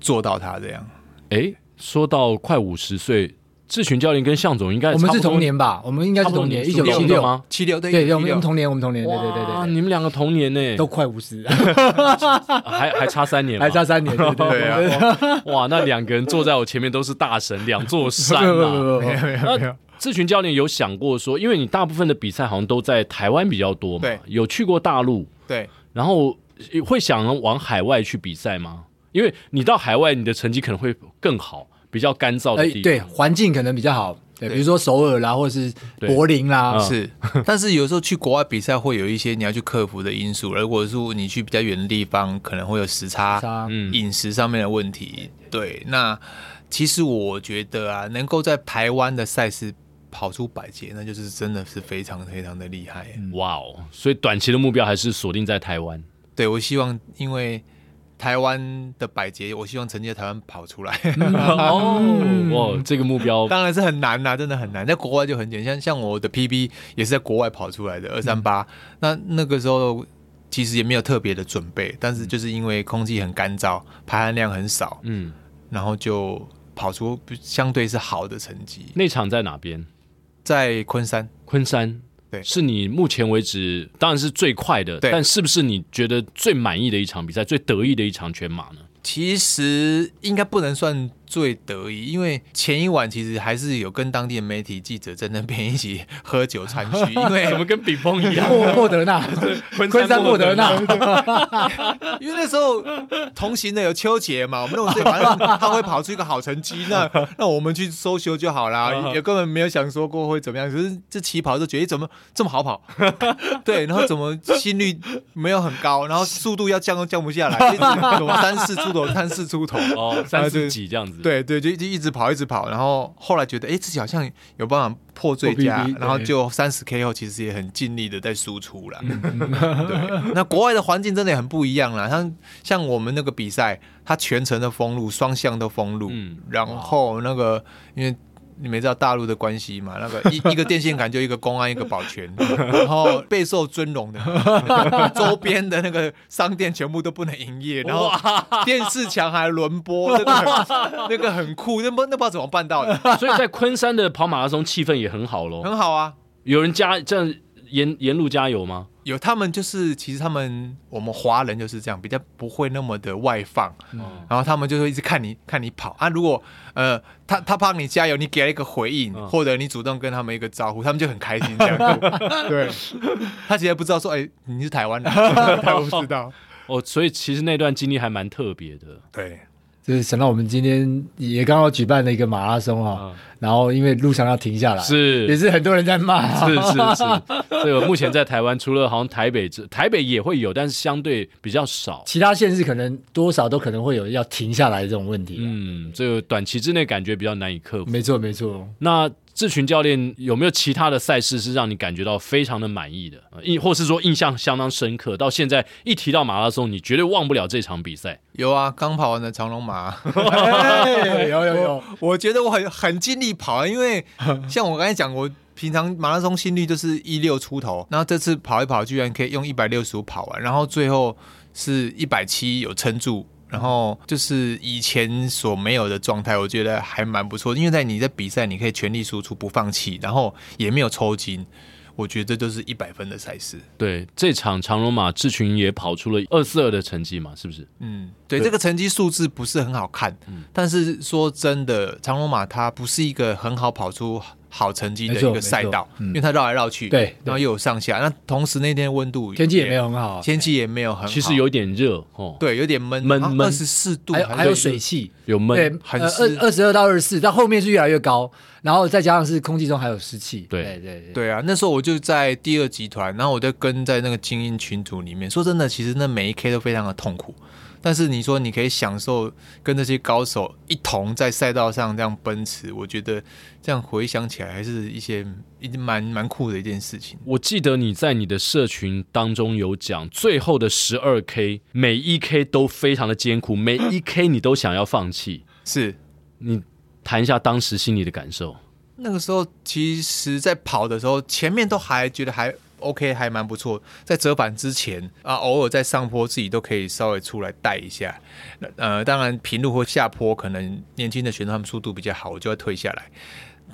D: 做到它这样。
A: 诶，说到快五十岁，志群教练跟向总应该
B: 我们
A: 差
B: 是
A: 不多
B: 同，年吧？我们应该是
A: 差不多
B: 同年，一
A: 年属
B: 九七
A: 龙的
B: 六
A: 吗，
D: 七六对，
B: 对，
D: 一
B: 我们
D: 六
B: 同年，我们同年，对对对
A: 哇
B: 对
A: 你们两个同年呢
B: 对，，都快五十，
A: 还还差三年吧，
B: 还差三年，对对
D: 对啊
B: 对对
A: 哇，那两个人坐在我前面都是大神，两座山
B: 不
A: 啊。
B: 不不哎不
D: 没有没有没
A: 那
D: 有
A: 志群教练有想过说，因为你大部分的比赛好像都在台湾比较多嘛
D: 对，
A: 有去过大陆，
D: 对，
A: 然后会想往海外去比赛吗？因为你到海外，你的成绩可能会更好，比较干燥的
B: 哎
A: 地方。
B: 对，环境可能比较好，对，比如说首尔啦，或者是
A: 对
B: 柏林啦，
A: 嗯
D: 是，但是有时候去国外比赛会有一些你要去克服的因素，如果说你去比较远的地方，可能会有时差、
B: 啥
A: 嗯
D: 饮食上面的问题。对，那其实我觉得啊，能够在台湾的赛事跑出百捷，那就是真的是非常非常的厉害。
A: 哇哦！所以短期的目标还是锁定在台 湾。
D: 对我希望，因为台湾的百捷，我希望成绩在台湾跑出来。
A: 嗯哦，哇，这个目标
D: 当然是很难啊呐、真的很难。在国外就很简单，像像我的 PB 也是在国外跑出来的二三八。那那个时候其实也没有特别的准备，但是就是因为空气很干燥，排汗量很少，
A: 嗯，
D: 然后就跑出相对是好的成绩。
A: 那场在哪边？
D: 在昆山，
A: 昆山。
D: 对
A: 是你目前为止当然是最快的，
D: 对
A: 但是不是你觉得最满意的一场比赛，最得意的一场全马呢？
D: 其实应该不能算最得意，因为前一晚其实还是有跟当地的媒体记者在那边一起喝酒餐 叙，因为
A: 怎么跟比风 一样？
B: 莫莫德纳，嗯 昆山莫德纳，
D: 因为那时候同行的有邱杰嘛，我们那种反正他会跑出一个好成绩， 那那我们去搜修就好
A: 啊
D: 啦，也根本没有想说过会怎么样。可是这起跑就觉得诶怎么这么 好跑，对，然后怎么心率没有很高，然后速度要降都降不 下来，一直怎么三四出头，三四出头。
A: 哦，
D: 啊
A: 三
D: 对
A: 十几这样子。，
D: 对对，就就一直跑，一直跑，然后后来觉得，哎，自己好像有办法破最
B: 破
D: 佳
B: PB，，
D: 然后
B: 对
D: 就三十 K 后，其实也很尽力的在输出啦。 对，那国外的环境真的也很不一样啦，像像我们那个比赛，它全程的封路，双向都封路，
A: 嗯
D: 然后那个因为。你们知道大陆的关系嘛？那个一一个电线杆就一个公安，一个保全，然后备受尊荣的周边的那个商店全部都不能营业，然后电视墙还轮播，那个很那个很酷，那不那不知道怎么办到的，
A: 所以在昆山的跑马拉松气氛也很好
B: 嗯
A: 喽。
D: 很好啊。
A: 有人加这样沿沿路加油吗？
D: 有他们就是，其实他们我们华人就是这样，比较不会那么的外放，
A: 嗯
D: 然后他们就会一直看你看你跑啊。如果呃他他帮你加油，你给了一个回应，
A: 嗯
D: 或者你主动跟他们一个招呼，他们就很开 心这样子。对，他其实不知道说，哎、你是台 湾人，他不知道。
A: 哦，所以其实那段经历还蛮特别的。
D: 对，
B: 就是想到我们今天也刚好举办了一个马拉松哈，然后因为路上要停下来，
A: 是
B: 也嗯是很多人在骂，
A: 是是是，这个目前在台湾除了好像台北之，台北也会有，但是相对比较少。
B: 其他县市可能多少都可能会有要停下来这种问题。啊
A: 嗯，这个短期之内感觉比较难以克服。
B: 没错，没错。
A: 那志群教练有没有其他的赛事是让你感觉到非常的满意的，呃印或是说印象相当深刻，到现在一提到马拉松，你绝对忘不了这场比赛？
D: 有啊，刚跑完的长龙马，
B: 哎有有有，
D: 我觉得我很很尽力跑啊，因为像我刚才讲，我平常马拉松心率就是一六出头，然后这次跑一跑，居然可以用一百六十五跑完，然后最后是一百七有撑住。然后就是以前所没有的状态，我觉得还蛮不错。因为在你在比赛，你可以全力输出，不放弃，然后也没有抽筋，我觉得这就是一百分的赛事。
A: 对，这场长龙马志群也跑出了二四二的成绩嘛，是不是？
D: 嗯，对，这个成绩数字不是很好看，但是说真的，长龙马它不是一个很好跑出好成绩的
B: 没
D: 一
B: 错
D: 个赛道
B: 没，错嗯
D: 因为它绕来绕去，
B: 对
D: 然后又有上下，那同时那天温度
B: 天气也没有，很好，
D: 天气也没有很好，
A: 其实有点热哦，
D: 对有点闷，
A: 闷闷
D: 二十四度，
B: 还有还有
D: 是
B: 水汽，
A: 有
B: 对
A: 闷，，
D: 很
B: 呃
D: 湿
B: 二二十二到二十四，到后面是越来越高，然后再加上是空气中还有湿气。
A: 对
B: 对对，
D: 对啊，那时候我就在第二集团，然后我就跟在那个精英群组里面。说真的，其实那每一 K 都非常的痛苦，但是你说你可以享受跟这些高手一同在赛道上这样奔驰，我觉得这样回想起来还是一些一蛮蛮酷的一件事情。
A: 我记得你在你的社群当中有讲，最后的十二 K 每一 K 都非常的艰苦，每一 K 你都想要放弃。
D: 是
A: 你谈一下当时心里的感受。
D: 那个时候，其实在跑的时候，前面都还觉得还 OK，还蛮不错。在折返之前啊，偶尔在上坡自己都可以稍微出来带一下。那呃，当然平路或下坡，可能年轻的选手他们速度比较好，我就会退下来。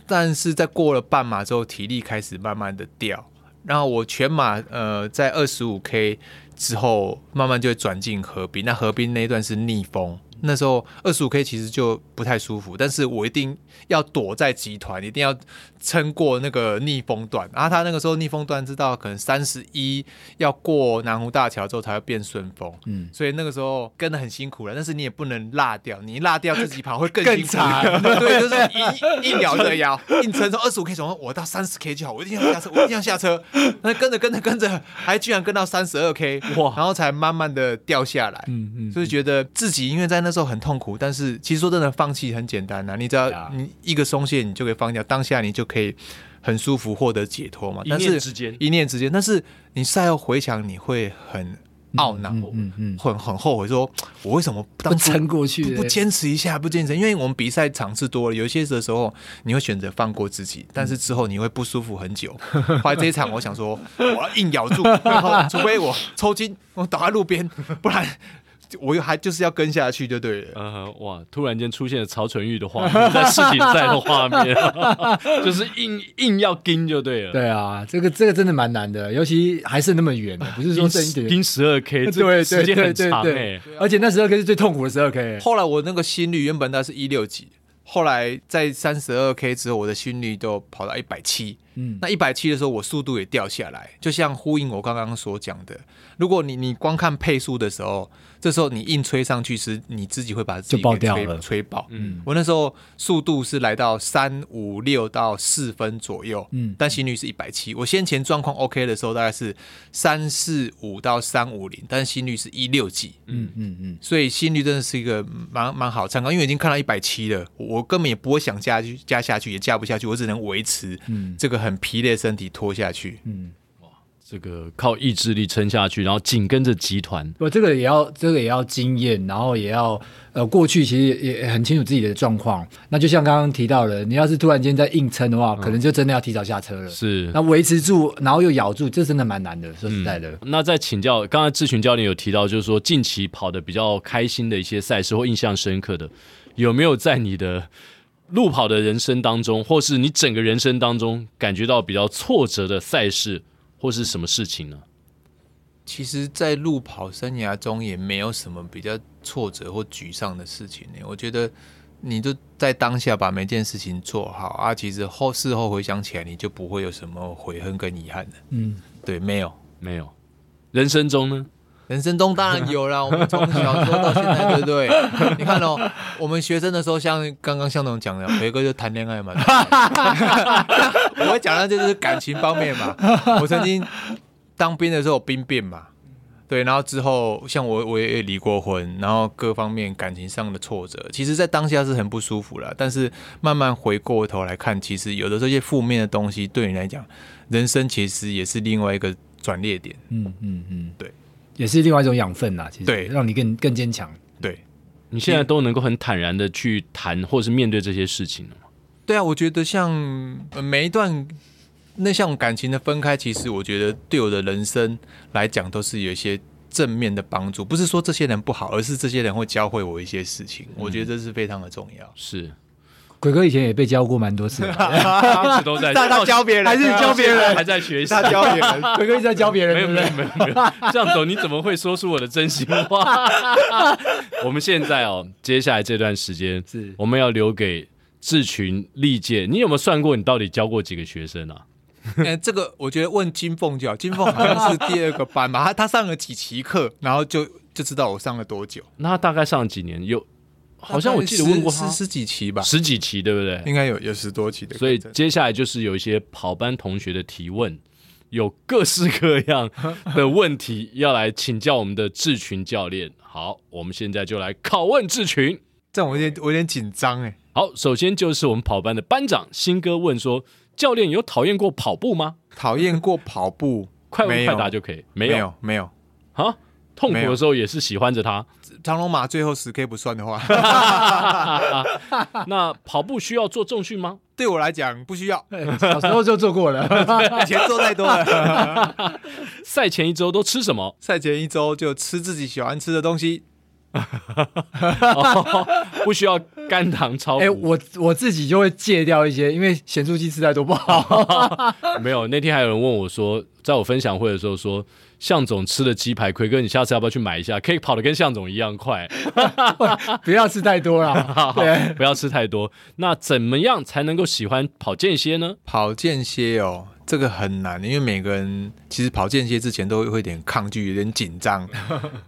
D: 但是在过了半马之后，体力开始慢慢的掉。然后我全马呃在二十五 K 之后，慢慢就会转进河滨。那河滨那一段是逆风，那时候二十五 K 其实就不太舒服，但是我一定要躲在集团，一定要撑过那个逆风段。然后他那个时候逆风段知道可能三十一要过南湖大桥之后才会变顺风，嗯，所以那个时候跟的很辛苦了，但是你也不能落掉，你一落掉自己跑会更
B: 更
D: 辛苦，
B: 惨
D: 对，就是一一秒的摇，硬撑从二十五 K 从我到三十 K 就好，我一定要下车，我一定要下车。 那跟着跟着跟着，还居然跟到三十二 K，
A: 哇
D: 哇！然后才慢慢的掉下来。嗯嗯，就是觉得自己因为在那时候很痛苦，但是其实说真的，放弃很简单呐、你只
B: 对啊
D: 要你一个松懈，你就可以放掉，当下你就可以很舒服获得解脱嘛。
A: 一
D: 但
A: 念
D: 是
A: 之间
D: 一念之间，但是你赛后回想，你会很懊恼，
B: 嗯嗯，
D: 很很后悔说，我为什么
B: 不
D: 当初
B: 撑过去欸
D: 不
B: 的
D: 不坚持一下，不坚持，因为我们比赛场次多了，有一些的时候你会选择放过自己，但是之后你会不舒服很久。后来这一场，我想说我要硬咬住，然后除非我抽筋，我倒在路边，不然我又还就是要跟下去就对了。
A: 嗯哼，哇！突然间出现了曹纯玉的 画面，在世锦赛的画 面，就是硬硬要盯就对了。
B: 对啊，这个这个真的蛮难的，尤其还是那么远的，不是说
A: 盯
B: 剩一
A: 十
B: 点。
A: 盯十二 K，这
B: 对
A: 时
B: 对
A: 间
B: 对
A: 很
B: 对
A: 长
B: 对
A: 哎。，
B: 而且那十二 K 是最痛苦的十二 K，欸
D: 后来我那个心率原本那是一六几，后来在三十二 K 之后，我的心率都跑到一百七。
B: 嗯，
D: 那一百七的时候，我速度也掉下来，就像呼应我刚刚所讲的，如果你你光看配速的时候，这时候你硬吹上去时，你自己会把自己
B: 就爆
D: 给
B: 掉
D: 吹
B: 了
D: 吹爆。
A: 嗯
D: 嗯，我那时候速度是来到三五六到四分左右，
B: 嗯
D: 嗯，但心率是一百七。我先前状况 OK 的时候大概是三四五到三五零，但是心率是一六几，
B: 嗯嗯嗯，
D: 所以心率真的是一个蛮蛮好参考，因为已经看到一百七了，我根本也不会想加去加下去，也加不下去，我只能维持这个很疲累的身体拖下去。
A: 这个靠意志力撑下去，然后紧跟着集团，
B: 我这个也要，这个也要经验，然后也要呃，过去其实也也很清楚自己的状况。那就像刚刚提到了，你要是突然间在硬撑的话，可能就真的要提早下车了。
A: 嗯是
B: 那维持住，然后又咬住，这真的蛮难的。说实在的，
A: 那再请教，刚才志群教练有提到，就是说近期跑的比较开心的一些赛事或印象深刻的，有没有在你的路跑的人生当中，或是你整个人生当中感觉到比较挫折的赛事或是什么事情呢？
D: 其实，在路跑生涯中也没有什么比较挫折或沮丧的事情呢、我觉得你就在当下把每件事情做好啊，其实后事后回想起来，你就不会有什么悔恨跟遗憾的。
B: 嗯，
D: 对，没有。
A: 没有，人生中呢？
D: 人生中当然有啦，我们从小时候到现在，对不对？ 你看哦，我们学生的时候，像刚刚向总讲的，肥哥就谈恋爱嘛。 我要讲的就是感情方面嘛。我曾经当兵的时候有兵变嘛，对，然后之后像我我也离过婚，然后各方面感情上的挫折，其实在当下是很不舒服了。但是慢慢回过头来看，其实有的这些负面的东西对你来讲，人生其实也是另外一个转捩点。
B: 嗯嗯嗯，
D: 对，
B: 也是另外一种养分啦，其实
D: 对
B: 让你更更坚强。
D: 对，
A: 你现在都能够很坦然的去谈或是面对这些事情了吗？
D: 对啊，我觉得像、呃每一段那像感情的分开，其实我觉得对我的人生来讲都是有一些正面的帮助。不是说这些人不好，而是这些人会教会我一些事
A: 嗯
D: 情。我觉得这是非常的重要。
A: 是，
B: 鬼哥以前也被教过蛮多次的，
A: 一直都在，
D: 他教别人
B: 还是教别人
A: 还在学习。
D: 他教别人，
B: 鬼哥一直在教别人，
A: 没有
B: 对不
A: 没
B: 对
A: 有没有没有，这样走你怎么会说出我的真心 话？我们现在哦，接下来这段时间
B: 是
A: 我们要留给志群历届。你有没有算过你到底教过几个学生啊？
D: 呃，这个我觉得问金凤就好。金凤好像是第二个班吧，他他上了几期课，然后就就知道我上了多久。
A: 那他大概上了几年？有，好像我记得问过他
D: 十十几期吧，
A: 十几期，对不对？
D: 应该有有十多期的。
A: 所以接下来就是有一些跑班同学的提问，有各式各样的问题要来请教我们的志群教练。好，我们现在就来拷问志群。
D: 这样我有点我有点紧张哎。
A: 好，首先就是我们跑班的班长新哥问说：“教练有讨厌过跑步吗？”
D: 讨厌过跑步
A: 快问
D: 没有
A: 快答就可以，没
D: 没
A: 有
D: 有没有。
A: 啊？痛苦
D: 没有
A: 的时候也是喜欢着它。
D: 长龙马最后十 K 不算的话，
A: 那跑步需要做重训吗？
D: 对我来讲不需要，
B: 小时候就做过 了。
D: 以前做太多了。
A: 赛前一周都吃什么？
D: 赛前一周就吃自己喜欢吃的东西，
A: 哦不需要肝糖超
B: 哎、
A: 补。
B: 我我自己就会戒掉一些，因为咸酥鸡吃太多 不好。
D: 哎
A: 没有，那天还有人问我说，在我分享会的时候说，向总吃的鸡排亏，哥你下次要不要去买一下？可以跑得跟向总一样快，
B: 不要吃太多啦。对，
A: 不要吃太多。那怎么样才能够喜欢跑间歇呢？
D: 跑间歇哦，这个很难，因为每个人其实跑间歇之前都会有点抗拒，有点紧张，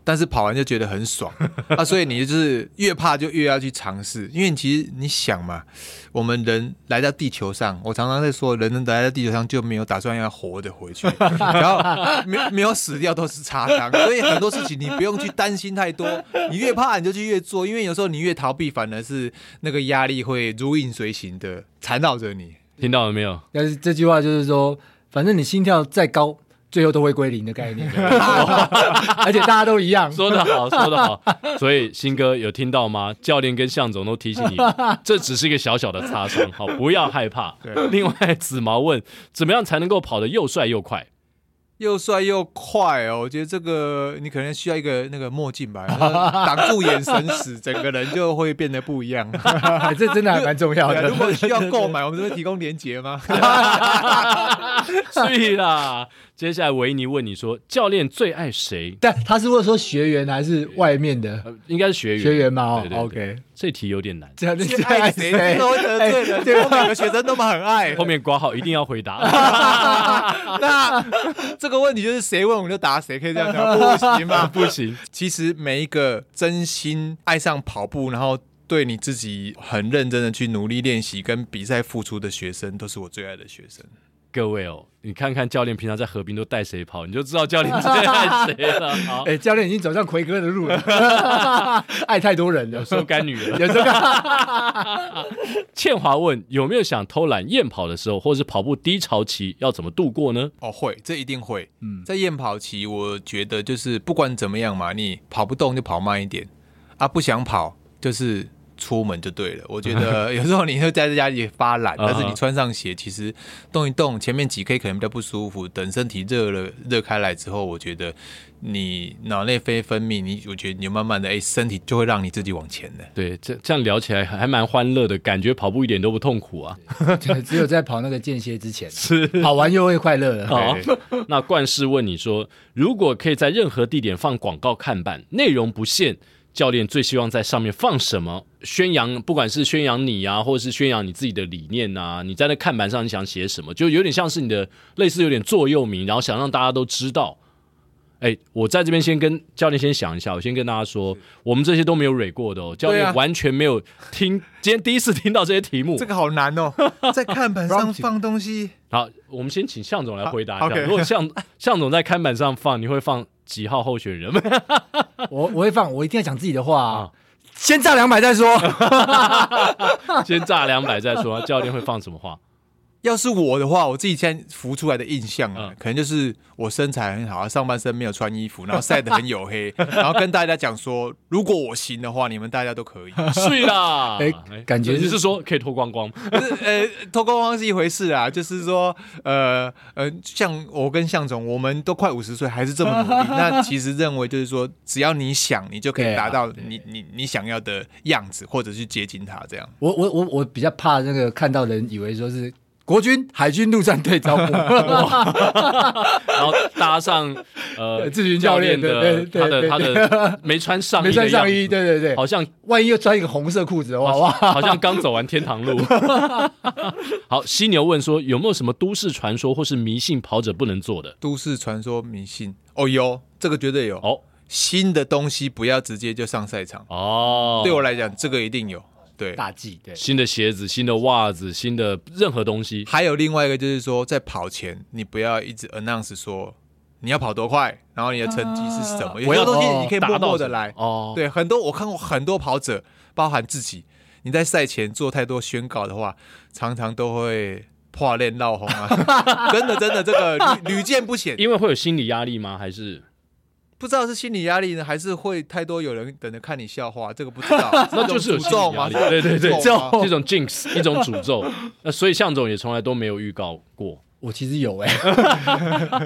D: 但是跑完就觉得很爽啊，所以你就是越怕就越要去尝试，因为其实你想嘛，我们人来到地球上，我常常在说，人来到地球上就没有打算要活着回去，然后没有没有死掉都是擦伤，所以很多事情你不用去担心太多，你越怕你就去越做，因为有时候你越逃避，反而是那个压力会如影随形的缠绕着你。
A: 听到了没有？
B: 但是这句话就是说，反正你心跳再高，最后都会归零的概 念，而且大家都一样。
A: 说得好，说得好。所以新哥有听到吗？教练跟向总都提醒 你，这只是一个小小的擦伤，好，不要害怕。另外，紫毛问，怎么样才能够跑得又帅又 快？
D: 又帅又快哦！我觉得这个你可能需要一个那个墨镜吧，挡住眼神死，整个人就会变得不一样。
B: 哎这真的还蛮重要
D: 对啊
B: 的
D: 如。果需要购买，我们这边提供链接吗？
B: 啊
A: 对啦。接下来维尼问你说，教练最爱谁？
B: 但他是问说学员还是外面的
A: 呃应该是学员。
B: 学员吗哦
A: 对对对
B: ？OK，
A: 这题有点难。
B: 这样就
D: 最爱谁？这都会得
B: 哎
D: 罪人，对我每个学生都蛮很爱
A: 后。面挂号一定要回 答。
D: 那这个问题就是谁问我们就答谁，可以这样讲，不行吗？
A: 不行，
D: 其实每一个真心爱上跑步，然后对你自己很认真的去努力练习跟比赛付出的学生，都是我最爱的学生。
A: 各位哦，你看看教练平常在河滨都带谁跑，你就知道教练最爱谁了。 好，
B: 哎，教练已经走上奎哥的路了， 爱太多人了。
A: 收干女儿。
B: 有这个，
A: 倩华问有没有想偷懒夜跑的时候，或是跑步低潮期要怎么度过呢？
D: 哦，会，这一定会。
B: 嗯
D: 嗯，在验跑期，我觉得就是不管怎么样嘛，你跑不动就跑慢一点啊，不想跑就是出门就对了。我觉 得有时候你会待在家里发懒，但是
A: 啊
D: 你
A: 哈
D: 穿上鞋，其实动一动，前面几 K 可能比较不舒服，等身体热了热开来之后，我觉得你脑内啡分泌，你我觉得你就慢慢的，哎，身体就会让你自己往前的。
A: 对，这这样聊起来还蛮欢乐的，感觉跑步一点都不痛苦啊。
B: 只有在跑那个间歇之前，跑完又会快乐了。
A: 好
D: 对，
A: 那冠世问你说，如果可以在任何地点放广告看板，内容不限，教练最希望在上面放什么？宣扬，不管是宣扬你啊，或者是宣扬你自己的理念啊，你在那看板上你想写什么，就有点像是你的类似有点座右铭，然后想让大家都知道。哎，我在这边先跟教练先想一下，我先跟大家说，我们这些都没有蕊过的哦，教
D: 对
A: 练
D: 啊
A: 完全没有听，今天第一次听到这些题目
D: 这。个好难哦，在看板上放东西，
A: 好，我们先请向总来回答一
D: 好
A: 下。
D: ，OK
A: 如果向 向总在看板上放，你会放几号候选人？
B: 我我会放，我一定要讲自己的话啊
A: 啊。
B: 先炸两百再说。
A: 先炸两百再说。 教练会放什么话？
D: 要是我的话，我自己现在浮出来的印象啊，
A: 嗯
D: 可能就是我身材很好，啊上半身没有穿衣服，然后晒得很黝 黑，然后跟大家讲说，如果我行的话，你们大家 都可以。
A: 睡啦！
B: 哎感觉
A: 你
B: 是
A: 是说可以脱光 光？
D: 就是呃，脱光光是一回事啊，就是说，呃呃，像我跟向总，我们都快五十岁，还是这么努力， 那其实认为就是说，只要你想，你就可
B: 对
D: 以
B: 啊
D: 达到你、你你想要的样子，或者去接近它这样。
B: 我我我我比较怕那个看到人以为说是国军、海军陆战队招 募，
A: 然后搭上 呃
B: 咨询教练
A: 练的
B: 对对
A: 他的他
B: 对
A: 的没穿上衣，
B: 没穿上衣，，对对对，
A: 好像
B: 万一又穿一个红色裤子的话，哇，
A: 好像刚走完天堂 路。好，犀牛问说有没有什么都市传说或是迷信跑者不能做的？
D: 都市传说迷信哦，有这个绝对有
A: 哦
D: 新的东西不要直接就上赛场。
A: 哦，
D: 对我来讲，这个一定有。对，
B: 大忌，对，
A: 新的鞋子、新的袜子、新的任何东西，
D: 还有另外一个就是说，在跑前你不要一直 announce 说你要跑多快，然后你的成绩是什么。有
A: 我
D: 些
A: 要
D: 东西你可以
A: 达
D: 默
A: 到
D: 默
A: 什
D: 的
A: 么
D: 来。
A: 哦。
D: 对，很多我看过很多跑者，包含自己，你在赛前做太多宣告的话，常常都会破链闹红 啊。真的真的，这个屡屡见不鲜。
A: 因为会有心理压力吗？还是
D: 不知道是心理压力呢，还是会太多有人等着看你笑话，这个不知 道。
A: 那就是有
D: 诅
A: 心
D: 咒
A: 理压
D: 吗？
A: 力？对对对，
D: 诅咒吗
A: 这种 jinx 一种诅咒。那所以向总也从来都没有预告过。
B: 我其实有哎、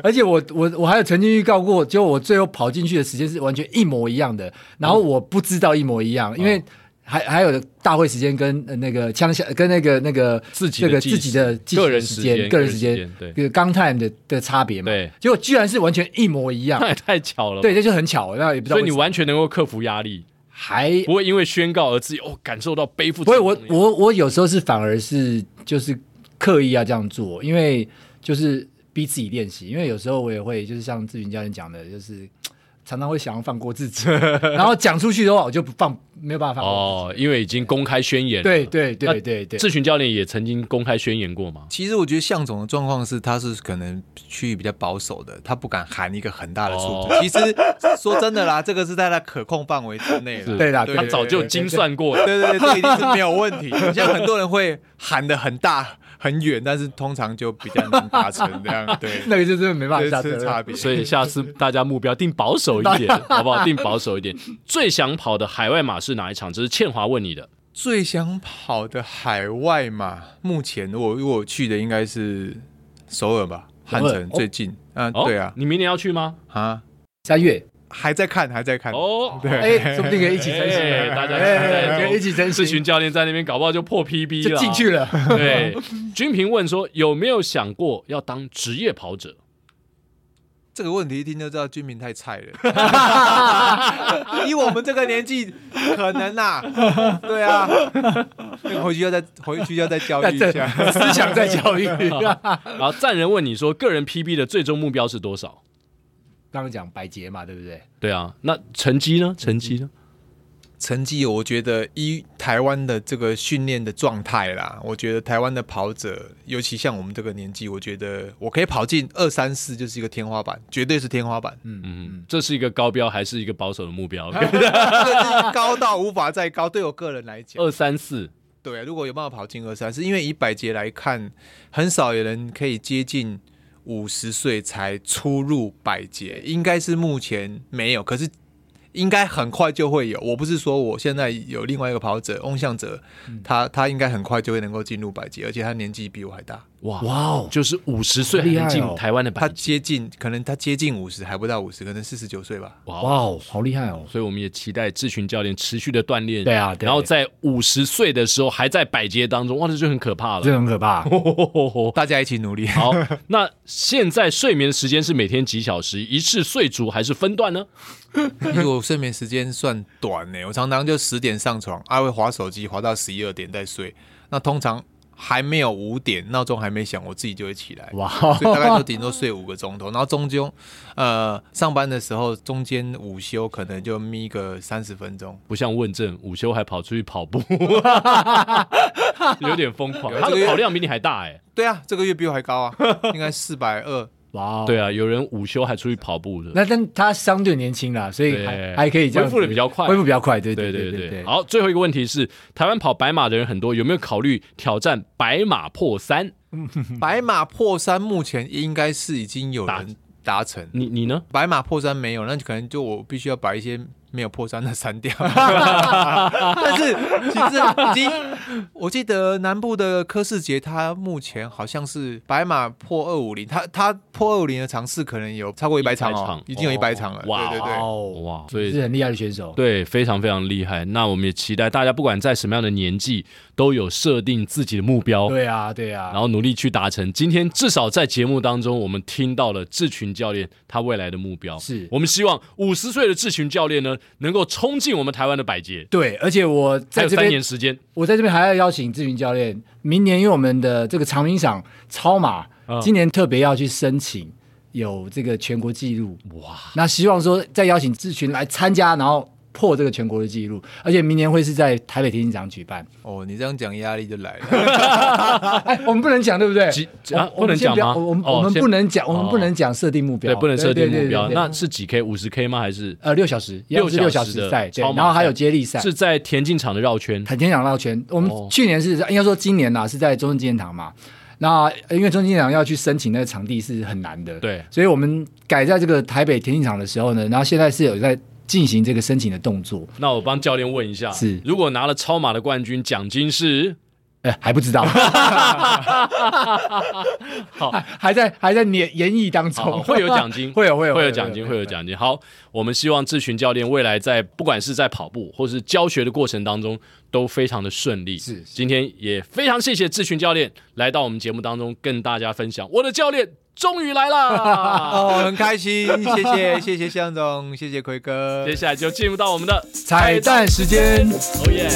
B: 而且我我我还有曾经预告过，结果我最后跑进去的时间是完全一模一样的，然后我不知道一模一样，因
A: 哦
B: 为还还有大会时间跟、呃那个枪下跟那个那个
A: 自己的
B: 这个
A: 计
B: 自己的计
A: 个人
B: 时
A: 时间
B: 个人
A: 个人
B: 时
A: 时
B: 间
A: 间对
B: 这个刚 time 的的差别嘛，
A: 对，
B: 结果居然是完全一模一样
A: 那，也太巧了。
B: 对，，这就很巧，那也不知道
A: 所以
B: 为
A: 你
B: 什么
A: 完全能够克服压力，
B: 还
A: 不会因为宣告而自己哦感受到背负
B: 不
A: 沉重
B: 会，我
A: 的压力。
B: 我我有时候是反而是就是刻意要这样做，因为就是逼自己练习。因为有时候我也会就是像志云教练讲的，就是常常会想要放过自己， 然后讲出去的话我就不放，没有办法放过。
A: 哦，因为已经公开宣言了。
B: 对对
A: 那
B: 对对对，
A: 志群教练也曾经公开宣言过嘛？
D: 其实我觉得向总的状况是，他是可能区域比较保守的，他不敢喊一个很大的数字。
A: 哦
D: 其实说真的啦，这个是在他可控范围之内了。
A: 是
B: 对啦，
D: 对
A: 他
B: 对
A: 早就精算过了。
D: 对对对，这一定是没有问题。像很多人会喊的很大很远，但是通常就比较难达成 这样。对，
B: 那个就真的没办法下
D: 这
B: 车
D: 是差
B: 了。
D: 别。
A: 所以下次大家目标定保守一点，好不好？定保守一点。最想跑的海外马是哪一场？这是倩华问你的。
D: 最想跑的海外嘛，目前我如果我去的应该是首尔吧，
B: 首
D: 汉
B: 尔
D: 城
B: 哦
D: 最近。嗯，
A: 哦，
D: 对啊，
A: 你明年要去吗？
D: 啊，
B: 三月，
D: 还在看，还在看。
A: 哦，
D: 对
B: 哎，说不定可以一起争取，
A: 哎大家
B: 哎
A: 期待
B: 可以一起争
A: 志
B: 取
A: 群教练在那边搞不好就破 PB
B: 就
A: 了，
B: 进去啊了。
A: 对，君平问说有没有想过要当职业跑者？
D: 这个问题一听就知道军民太菜了。以我们这个年纪，可能啊，对啊，那个回去要再回去要再教 育一
B: 这
D: 下。
B: 思想在教 育，
A: 然后赞人问你说个人 PB 的最终目标是多少？
B: 刚刚讲白洁嘛，对不对？
A: 对啊，那成绩呢？成绩呢？
D: 成绩，我觉得依台湾的这个训练的状态啦，我觉得台湾的跑者，尤其像我们这个年纪，我觉得我可以跑进二三四，就是一个天花板，绝对是天花板，
A: 嗯，这是一个高标还是一个保守的目 标？
D: 高到无法再高。对我个人来讲，
A: 二三四，
D: 对啊，如果有办法跑进二三四，因为以百节来看，很少有人可以接近五十岁才出入百节，应该是目前没有，可是应该很快就会有。我不是说我现在有另外一个跑者翁向哲，他他应该很快就会能够进入百节，而且他年纪比我还大，
A: 哇
B: 哇哦
A: 就是五十岁还
B: 厉害
A: 能
B: 哦
A: 进台湾的
D: 他
A: 百级，
D: 接近可能他接近五十还不到五十，可能四十九岁吧。
A: 哇
B: 哇哦，好厉害哦！
A: 所以我们也期待志群教练持续的锻炼，
B: 对啊对
A: 然后在五十岁的时候还在百阶当中，哇，这就很可怕了。
B: 这很可怕。
D: 大家一起努力。
A: 好，那现在睡眠的时间是每天几小时？一次睡足还是分段呢？
D: 其实我睡眠时间算短呢、我常常就十点上床，啊会划手机，划到十一二点再睡。那通常还没有五点，闹钟还没响，我自己就会起来。
B: 哇
D: 所以大概就顶多睡五个钟头，然后中间，呃，上班的时候中间午休可能就眯个三十分钟。
A: 不像问政，午休还跑出去跑步， 有点疯狂。他的跑量比你还大哎、
D: 对啊，这个月比我还高啊，应该四百二。
B: 哇，哦
A: 对啊，有人午休还出去跑步的。
B: 那但他相对年轻啦，所以
A: 对
B: 还还可以这样
A: 恢复得比较快
B: 恢复比较快，对
A: 对
B: 对
A: 对
B: 对对。
A: 好，最后一个问题是，台湾跑白马的人很多，有没有考虑挑战白马破三？
D: 白马破三目前应该是已经有人达成，
A: 你你呢？
D: 白马破三没有，那就可能就我必须要把一些没有破三的删 掉。但是其实已经，我记得南部的柯世杰，他目前好像是白马破二五零，他他破二五零的尝试可能有超过一百场
A: 100
D: 哦
A: 场，
D: 已经有一百场了。
A: 哇
D: 对对对，
B: 哦，
A: 哇，所以
B: 是很厉害的选手。
A: 对，非常非常厉害。那我们也期待大家，不管在什么样的年纪，都有设定自己的目标，
B: 对啊，对啊。
A: 然后努力去达成。今天至少在节目当中，我们听到了志群教练他未来的目标。
B: 是
A: 我们希望五十岁的志群教练呢，能够冲进我们台湾的百杰，
B: 对，而且我
A: 还
B: 在
A: 有
B: 这
A: 三年
B: 边，
A: 时间。
B: 我在这边还要邀请志云教练，明年因为我们的这个长鸣赏超马
A: 嗯，
B: 今年特别要去申请有这个全国纪录，
A: 哇，
B: 那希望说再邀请志群来参加，然后破这个全国的纪录，而且明年会是在台北田径场举办。
D: 哦，你这样讲压力就来 了。
B: 哎，我们不能讲，对不对
A: 几？
B: 我
A: 啊
B: 我们
A: 不能
B: 先
A: 讲
B: 要
A: 吗
B: 我我们
A: 哦
B: 我们
A: 先
B: 不能讲，我们
A: 哦
B: 不能讲设定目标，
A: 对，不能设定目标。
B: 对对对对
A: 那是几 K？五十 K 吗？还是
B: 呃六小时，一样是六小
A: 的
B: 时赛，对，
A: 超马
B: 然后还
A: 赛
B: 有接力赛，
A: 是在田径场的绕圈？
B: 海天堂绕圈。我们
A: 哦
B: 去年是应该说今年呐、是在中正纪念堂嘛。那呃因为中正纪念堂要去申请那个场地是很难的，
A: 对
B: 所以我们改在这个台北田径场的时候呢，然后现在是有在进行这个申请的动作，
A: 那我帮教练问一下，
B: 是
A: 如果拿了超马的冠军，奖金是
B: 呃，还不知道，
A: 好
B: 还还在还在演演绎当
A: 好，
B: 中，
A: 会有奖金，
B: 会有会有
A: 会有奖金，会有奖金。好，我们希望志群教练未来在不管是在跑步或是教学的过程当中，都非常的顺利。
B: 是是
A: 今天也非常谢谢志群教练来到我们节目当中，跟大家分享我的教练终于来 啦。
D: 哦，很开心，谢谢谢谢向总，谢谢奎哥，
A: 接下来就进入到我们的
B: 彩蛋时间。
A: 哦耶！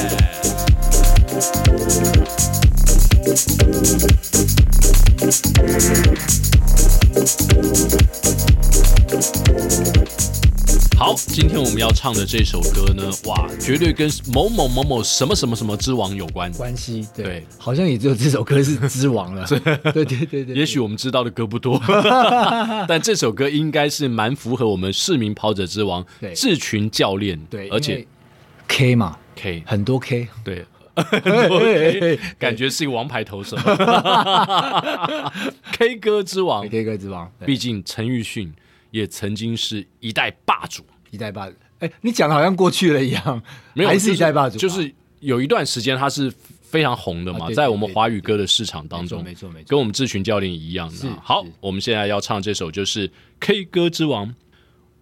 A: 好，今天我们要唱的这首歌呢，哇，绝对跟某某某某什么什么什么之王有关。
B: 关系，对，
A: 对
B: 好像也只有这首 歌是之王了，对对对对，
A: 也许我们知道的歌不 多，但这首歌应该是蛮符合我们市民跑者之王
B: 对
A: 志群教练，
B: 对，
A: 而
B: 因
A: 且
B: 为 K 嘛，
A: K
B: 很多 K，
A: 对，
B: 嘿嘿嘿
A: 感觉是一个王牌投 手，K 歌之王。
B: K 歌之王，对
A: 毕竟陈奕迅也曾经是一代霸主，
B: 一代霸，哎，你讲的好像过去了一样，
A: 没有
B: 还
A: 就是
B: 一代霸主吧，
A: 就是有一段时间他是非常红的
B: 啊
A: 嘛，
B: 对
A: 在我们华语歌的市场当中，
B: 没错没错没错
A: 跟我们志群教练一样的啊。好
B: 是，
A: 我们现在要唱这首就是 K 歌之王。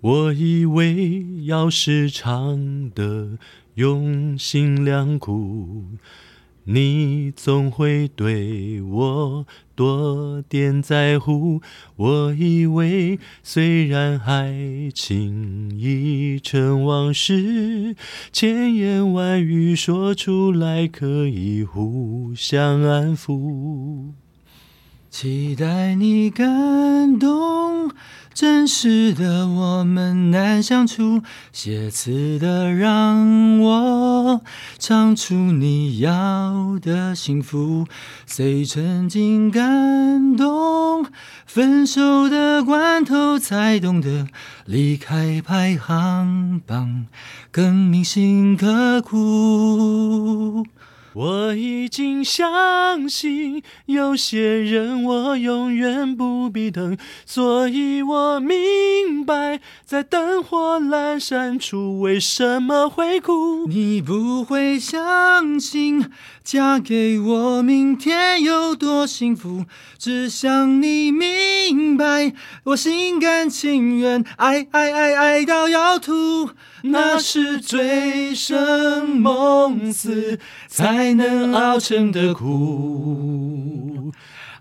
A: 我以为要是唱的用心良苦，你总会对我多点在乎。我以为虽然爱情已成往事，千言万语说出来可以互相安抚。
B: 期待你感动，真实的我们难相处，写词的让我唱出你要的幸福。谁曾经感动，分手的关头才懂得离开排行榜，更铭心刻骨。
A: 我已经相信，有些人我永远不必等，所以我明白，在灯火阑珊处为什么会哭。
B: 你不会相信，嫁给我明天有多幸福。只想你明白，我心甘情愿，爱爱爱爱到要吐。那是醉生梦死才能熬成的苦。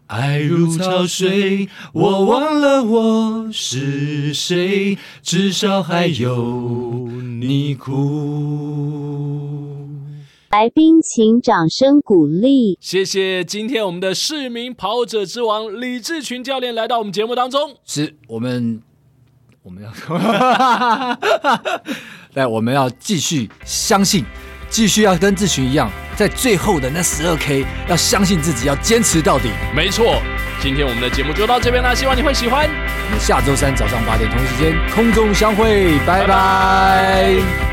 B: 爱如潮水，我忘了我是谁，至少还有你哭。
E: 来宾请掌声鼓励。
A: 谢谢今天我们的市民跑者之王李志群教练来到我们节目当中。
B: 是我们我们要，但我们要继续相信，继续要跟志群一样，在最后的那十二 K 要相信自己，要坚持到底。
A: 没错，今天我们的节目就到这边啦，希望你会喜欢。
B: 我们下周三早上八点同一时间空中相会，拜拜